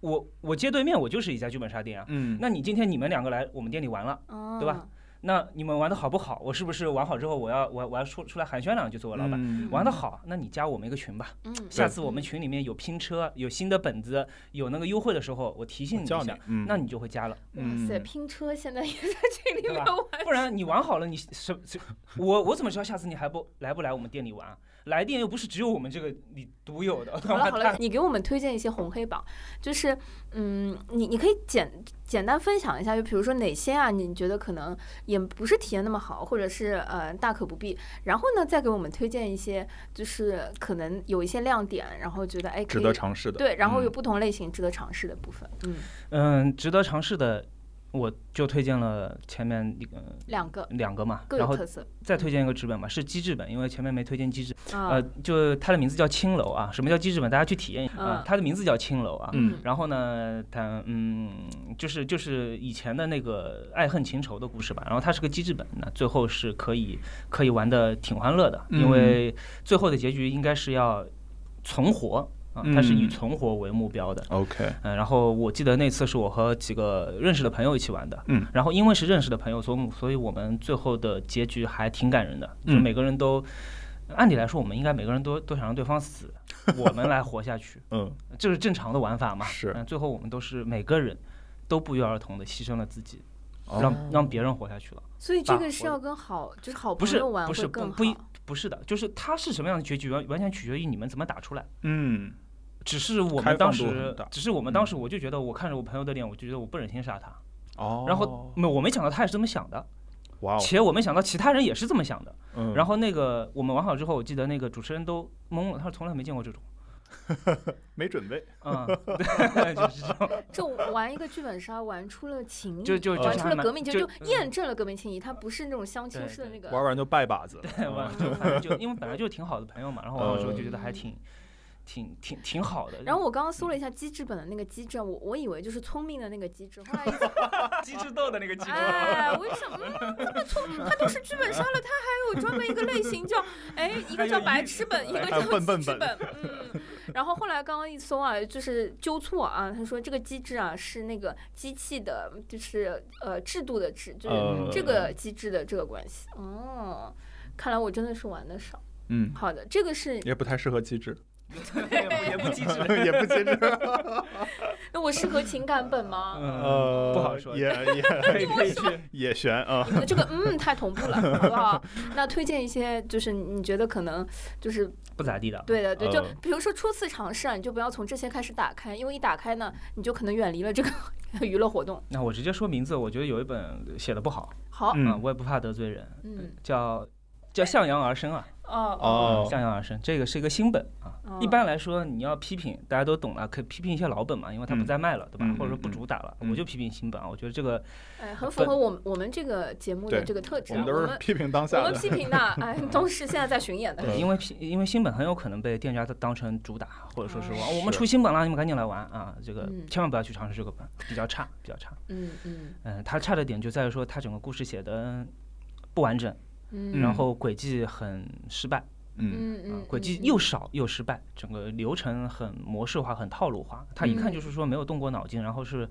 [SPEAKER 4] 我我街对面我就是一家剧本杀店啊。
[SPEAKER 3] 嗯，
[SPEAKER 4] 那你今天你们两个来我们店里玩了，
[SPEAKER 2] 哦
[SPEAKER 4] 对吧？那你们玩的好不好？我是不是玩好之后我要我我要出出来寒暄两句，作为老板？
[SPEAKER 3] 嗯
[SPEAKER 4] 玩的好，那你加我们一个群吧。
[SPEAKER 2] 嗯，
[SPEAKER 4] 下次我们群里面有拼车、有新的本子、有那个优惠的时候，我提醒你一
[SPEAKER 3] 叫你
[SPEAKER 4] 下，，
[SPEAKER 3] 嗯
[SPEAKER 4] 那你就会加了。
[SPEAKER 2] 哇塞，
[SPEAKER 3] 嗯
[SPEAKER 2] 拼车现在也在这里
[SPEAKER 4] 对啊
[SPEAKER 2] 面
[SPEAKER 4] 吧
[SPEAKER 2] 玩，
[SPEAKER 4] 不然你玩好了，你什什我我怎么知道下次你还不来不来我们店里玩啊？来电又不是只有我们这个你独有的，
[SPEAKER 2] 好 了好了，你给我们推荐一些红黑榜，就是嗯，你你可以简简单分享一下，就比如说哪些啊，你觉得可能也不是体验那么好，或者是呃大可不必。然后呢，再给我们推荐一些，就是可能有一些亮点，然后觉得哎可
[SPEAKER 3] 值
[SPEAKER 2] 以
[SPEAKER 3] 得尝试的，
[SPEAKER 2] 对，然后有
[SPEAKER 3] 嗯
[SPEAKER 2] 不同类型值得尝试的部分，嗯，
[SPEAKER 4] 嗯，值得尝试的，我就推荐了前面一个
[SPEAKER 2] 两个
[SPEAKER 4] 两个嘛，
[SPEAKER 2] 各
[SPEAKER 4] 然
[SPEAKER 2] 有
[SPEAKER 4] 后
[SPEAKER 2] 特色
[SPEAKER 4] 再推荐一个纸本吧，是机制本，因为前面没推荐机制，
[SPEAKER 2] 啊
[SPEAKER 4] 呃，，就它的名字叫青楼啊，什么叫机制本？大家去体验一下
[SPEAKER 2] 嗯
[SPEAKER 4] 啊，它的名字叫青楼啊。
[SPEAKER 3] 嗯
[SPEAKER 4] 然后呢，它嗯，就是就是以前的那个爱恨情仇的故事吧。然后它是个机制本，那最后是可以可以玩的挺欢乐的，
[SPEAKER 3] 嗯
[SPEAKER 4] 因为最后的结局应该是要存活啊，它是以
[SPEAKER 3] 嗯
[SPEAKER 4] 存活为目标的。
[SPEAKER 3] ，OK，
[SPEAKER 4] 嗯，然后我记得那次是我和几个认识的朋友一起玩的，
[SPEAKER 3] 嗯，
[SPEAKER 4] 然后因为是认识的朋友，所以我们所以我们最后的结局还挺感人的，就
[SPEAKER 3] 嗯
[SPEAKER 4] 每个人都，按理来说我们应该每个人都都想让对方 死，我们来活下去，
[SPEAKER 3] 嗯
[SPEAKER 4] 这是正常的玩法嘛？
[SPEAKER 3] 是
[SPEAKER 4] 嗯，最后我们都是每个人都不约而同的牺牲了自己，
[SPEAKER 3] 哦
[SPEAKER 4] 让让别人活下去了。
[SPEAKER 2] 所以这
[SPEAKER 4] 吧
[SPEAKER 2] 个是
[SPEAKER 4] 我
[SPEAKER 2] 要跟好就是好
[SPEAKER 4] 不
[SPEAKER 2] 朋
[SPEAKER 4] 是
[SPEAKER 2] 友玩
[SPEAKER 4] 不
[SPEAKER 2] 会
[SPEAKER 4] 是不
[SPEAKER 2] 更好
[SPEAKER 4] 不一不是的，就是它是什么样的结局，完完全取决于你们怎么打出来。
[SPEAKER 3] 嗯
[SPEAKER 4] 只是我
[SPEAKER 3] 开
[SPEAKER 4] 们当
[SPEAKER 3] 放度很
[SPEAKER 4] 时
[SPEAKER 3] 大，嗯
[SPEAKER 4] 只是我们当时，我就觉得我看着我朋友的脸，我就觉得我不忍心杀他。
[SPEAKER 3] 哦，
[SPEAKER 4] 然后没有我没想到他也是这么想的，
[SPEAKER 3] 哇哦，
[SPEAKER 4] 且我没想到其他人也是这么想的。
[SPEAKER 3] 嗯
[SPEAKER 4] 然后那个我们玩好之后，我记得那个主持人都懵了，他说从来没见过这种，
[SPEAKER 6] 没准备，
[SPEAKER 4] 嗯， 对，就是这种，
[SPEAKER 2] 就玩一个剧本杀，玩出了情谊，
[SPEAKER 4] 就就
[SPEAKER 2] 玩
[SPEAKER 4] 就
[SPEAKER 2] 出
[SPEAKER 4] 还
[SPEAKER 2] 了
[SPEAKER 4] 蛮
[SPEAKER 2] 革命情，就
[SPEAKER 4] 就嗯
[SPEAKER 2] 验证了革命情谊，它不是那种相亲式的那
[SPEAKER 4] 对
[SPEAKER 2] 个。
[SPEAKER 3] 玩完就拜把子，
[SPEAKER 4] 对玩就反正就因为本来就是挺好的朋友嘛，然后玩好之后就觉
[SPEAKER 3] 嗯
[SPEAKER 4] 得还挺挺挺挺好的。
[SPEAKER 2] 然后我刚刚搜了一下机制本的那个机制，我我以为就是聪明的那个机制，后来一想
[SPEAKER 4] 机智豆的那个机制，
[SPEAKER 2] 哎，我就想，嗯，这么聪明，它都是剧本杀了，它还有专门一个类型叫，哎，一个叫白痴 本，一个
[SPEAKER 6] 还有
[SPEAKER 2] 叫
[SPEAKER 6] 笨笨
[SPEAKER 2] 机制
[SPEAKER 6] 本
[SPEAKER 2] 本，嗯。然后后来刚刚一搜啊，就是纠错啊，他说这个机制啊是那个机器的，就是呃制度的制，就是
[SPEAKER 3] 呃
[SPEAKER 2] 这个机制的这个关系。哦，看来我真的是玩的少。
[SPEAKER 3] 嗯，
[SPEAKER 2] 好的，这个是
[SPEAKER 3] 也不太适合机制，
[SPEAKER 4] 也不机智，
[SPEAKER 6] 也不接着，
[SPEAKER 2] 那我适合情感本吗？
[SPEAKER 3] 哦
[SPEAKER 4] 嗯，
[SPEAKER 6] 呃，
[SPEAKER 4] 不好说
[SPEAKER 6] 也也
[SPEAKER 4] 可以可以去。
[SPEAKER 6] 也悬啊，
[SPEAKER 2] 这个嗯太同步了，好不好？那推荐一些，就是你觉得可能就是
[SPEAKER 4] 不咋地的。
[SPEAKER 2] 对的，对，就
[SPEAKER 3] 嗯
[SPEAKER 2] 比如说初次尝试啊，你就不要从这些开始打开，因为一打开呢，你就可能远离了这个娱乐活动。
[SPEAKER 4] 那我直接说名字，我觉得有一本写的不好，
[SPEAKER 2] 好，
[SPEAKER 4] 嗯，
[SPEAKER 3] 嗯
[SPEAKER 4] 我也不怕得罪人，
[SPEAKER 2] 嗯，
[SPEAKER 4] 叫叫向阳而生啊，
[SPEAKER 2] 哦，
[SPEAKER 3] 哦，
[SPEAKER 4] 向阳而生，这个是一个新本啊。
[SPEAKER 2] 哦
[SPEAKER 4] 一般来说，你要批评，大家都懂了，可以批评一些老本嘛，因为它不再卖了，对吧
[SPEAKER 3] 嗯？
[SPEAKER 4] 或者说不主打了，
[SPEAKER 3] 嗯
[SPEAKER 4] 我就批评新本啊。我觉得这个
[SPEAKER 2] 哎，很符合我们我们这个节目的
[SPEAKER 3] 对
[SPEAKER 2] 这个特质
[SPEAKER 3] 我
[SPEAKER 2] 啊。我
[SPEAKER 3] 们都 是
[SPEAKER 2] 们
[SPEAKER 3] 批评当
[SPEAKER 2] 我
[SPEAKER 3] 下
[SPEAKER 2] 们
[SPEAKER 3] 的，
[SPEAKER 2] 批评的，哎，都是现在在巡演的。
[SPEAKER 3] 嗯
[SPEAKER 4] 因为批因为新本很有可能被店家当成主打，或者说是
[SPEAKER 2] 哦
[SPEAKER 4] 我我们出新本了，你们赶紧来玩啊！这个
[SPEAKER 2] 嗯
[SPEAKER 4] 千万不要去尝试这个本，比较差，比较差。
[SPEAKER 2] 嗯嗯
[SPEAKER 4] 嗯，它差的点就在于说它整个故事写的不完整，
[SPEAKER 2] 嗯，
[SPEAKER 4] 然后轨迹很失败。
[SPEAKER 3] 嗯
[SPEAKER 2] 嗯
[SPEAKER 4] 啊
[SPEAKER 2] 嗯，，
[SPEAKER 4] 轨迹
[SPEAKER 2] 嗯
[SPEAKER 4] 又少又失败，整个流程很模式化、很套路化。他一看
[SPEAKER 2] 嗯
[SPEAKER 4] 就是说没有动过脑筋，然后是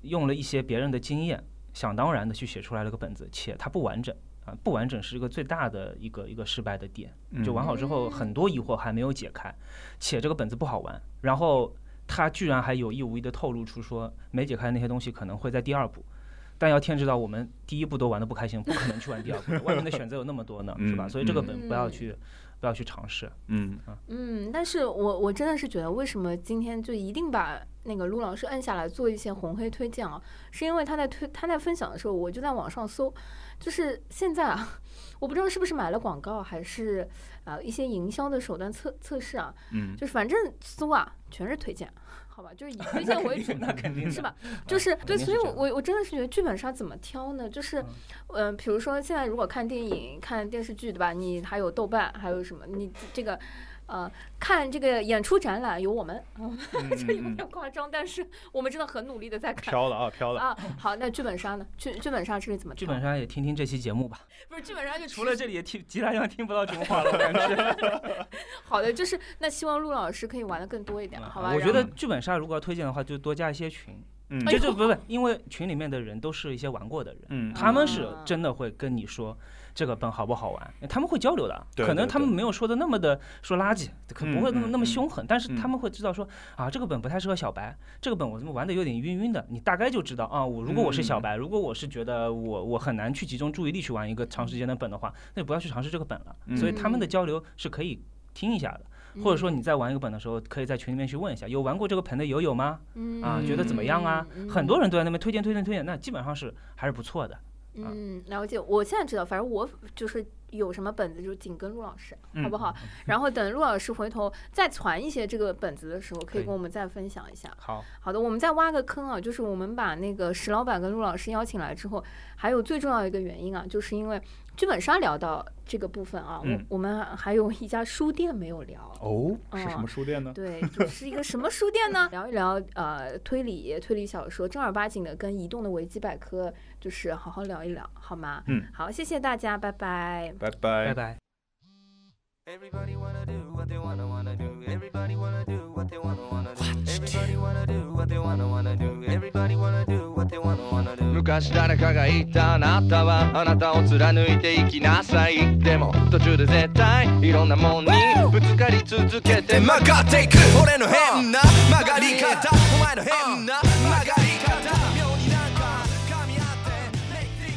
[SPEAKER 4] 用了一些别人的经验，想当然的去写出来了个本子，且它不完整啊，不完整是一个最大的一个一个失败的点。就玩好之
[SPEAKER 2] 嗯
[SPEAKER 4] 后，很多疑惑还没有解开，且这个本子不好玩。然后他居然还有意无意的透露出说，没解开的那些东西可能会在第二部。但要天知道，我们第一部都玩的不开心，不可能去玩第二 部的。外面的选择有那么多呢，是吧？
[SPEAKER 3] 嗯
[SPEAKER 4] 所以这个
[SPEAKER 3] 嗯
[SPEAKER 4] 本不要去，不要去尝试。
[SPEAKER 3] 嗯，
[SPEAKER 2] 嗯，但是我我真的是觉得，为什么今天就一定把那个陆老师摁下来做一些红黑推荐啊？是因为他在推他在分享的时候，我就在网上搜，就是现在啊，我不知道是不是买了广告，还是啊、呃一些营销的手段测测试啊，
[SPEAKER 3] 嗯，
[SPEAKER 2] 就是反正搜啊全是推荐，好吧，就是以推荐为主
[SPEAKER 4] 那肯定的
[SPEAKER 2] 是吧？就是对，
[SPEAKER 4] 哎肯定是
[SPEAKER 2] 所以
[SPEAKER 4] 这
[SPEAKER 2] 我
[SPEAKER 4] 样
[SPEAKER 2] 我我真的是觉得剧本杀怎么挑呢？就是，嗯、比如说现在如果看电影、看电视剧，对吧？你还有豆瓣，还有什么？你这个，呃，看这个演出展览有我们， 这
[SPEAKER 3] 嗯
[SPEAKER 4] 嗯
[SPEAKER 2] 有点夸张，但是我们真的很努力的在看。
[SPEAKER 6] 飘了啊，飘了。
[SPEAKER 2] 啊，好，那剧本杀呢？剧剧本杀这里怎么
[SPEAKER 4] 剧
[SPEAKER 2] 挑
[SPEAKER 4] 本杀也听听这期节目吧。
[SPEAKER 2] 不是剧本杀就
[SPEAKER 4] 除了这里也听，其他地方听不到这种话了，我感觉。
[SPEAKER 2] 好的，就是那希望陆老师可以玩的更多一点，好吧？
[SPEAKER 4] 嗯我
[SPEAKER 2] 然
[SPEAKER 4] 觉得
[SPEAKER 2] 后
[SPEAKER 4] 剧本杀如果要推荐的话，就多加一些群。
[SPEAKER 6] 嗯
[SPEAKER 2] 哎
[SPEAKER 4] 就就不是因为群里面的人都是一些玩过的人，
[SPEAKER 3] 嗯
[SPEAKER 4] 他们是
[SPEAKER 2] 啊
[SPEAKER 4] 真的会跟你说这个本好不好玩，他们会交流的。
[SPEAKER 3] 对
[SPEAKER 4] 可能
[SPEAKER 3] 对
[SPEAKER 4] 他们
[SPEAKER 3] 对
[SPEAKER 4] 没有说的那么的说垃圾，可
[SPEAKER 3] 嗯
[SPEAKER 4] 不会那么
[SPEAKER 3] 嗯
[SPEAKER 4] 那么
[SPEAKER 3] 嗯
[SPEAKER 4] 凶狠，但是
[SPEAKER 3] 嗯
[SPEAKER 4] 他们会知道说啊，这个本不太适合小白，这个本我怎么玩的有点晕晕的。你大概就知道啊，我如果我是
[SPEAKER 3] 嗯
[SPEAKER 4] 小白，如果我是觉得我我很难去集中注意力去玩一个长时间的本的话，那就不要去尝试这个本了。所以他们的
[SPEAKER 2] 嗯
[SPEAKER 4] 交流是可以听一下的。或者说你在玩一个本的时候，可以在群里面去问一下，有玩过这个盆的友友吗？
[SPEAKER 2] 嗯
[SPEAKER 4] 啊，觉得怎么样啊？
[SPEAKER 2] 嗯
[SPEAKER 4] 很多人都在那边推荐推荐推荐，那基本上是还是不错的。啊
[SPEAKER 2] 嗯，了解。我现在知道，反正我就是有什么本子就紧跟陆老师，好不好？ 然后等陆老师回头再传一些这个本子的时候，可
[SPEAKER 4] 可
[SPEAKER 2] 以
[SPEAKER 4] 以
[SPEAKER 2] 跟我们再分享一下。
[SPEAKER 4] 好，
[SPEAKER 2] 好的，我们再挖个坑啊，就是我们把那个石老板跟陆老师邀请来之后，还有最重要一个原因啊，就是因为剧本杀聊到这个部分啊，
[SPEAKER 3] 嗯
[SPEAKER 2] 我我们还有一家书店没有聊。
[SPEAKER 3] 哦，
[SPEAKER 2] 嗯
[SPEAKER 6] 是什么书店 呢？
[SPEAKER 2] 对，就是一个什么书店呢？聊一聊呃推理、推理小说，正儿八经的跟移动的维基百科，就是好好聊一聊，好吗？
[SPEAKER 3] 嗯，
[SPEAKER 2] 好，谢谢大家，拜拜。
[SPEAKER 3] 拜
[SPEAKER 4] 拜。
[SPEAKER 3] 拜
[SPEAKER 4] 拜。
[SPEAKER 7] Everybody wanna do what they wanna wanna do. Everybody wanna do what they wanna wanna do. Everybody wanna do what they wanna wanna do. Everybody wanna do what they wanna wanna do. 昔誰かが言ったあなたはあなたを貫いていきなさい。でも途中で絶対いろんなもんにぶつかり続けて曲がっていく。俺の変な曲がり方。お前の変な曲がり方。妙になんか噛み合って。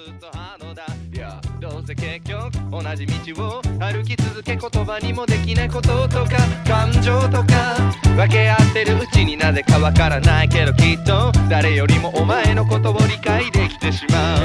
[SPEAKER 7] いやどうせ結局同じ道を歩き続け言葉にもできないこととか感情とか分け合ってるうちになぜかわからないけどきっと誰よりもお前のことを理解できてしまう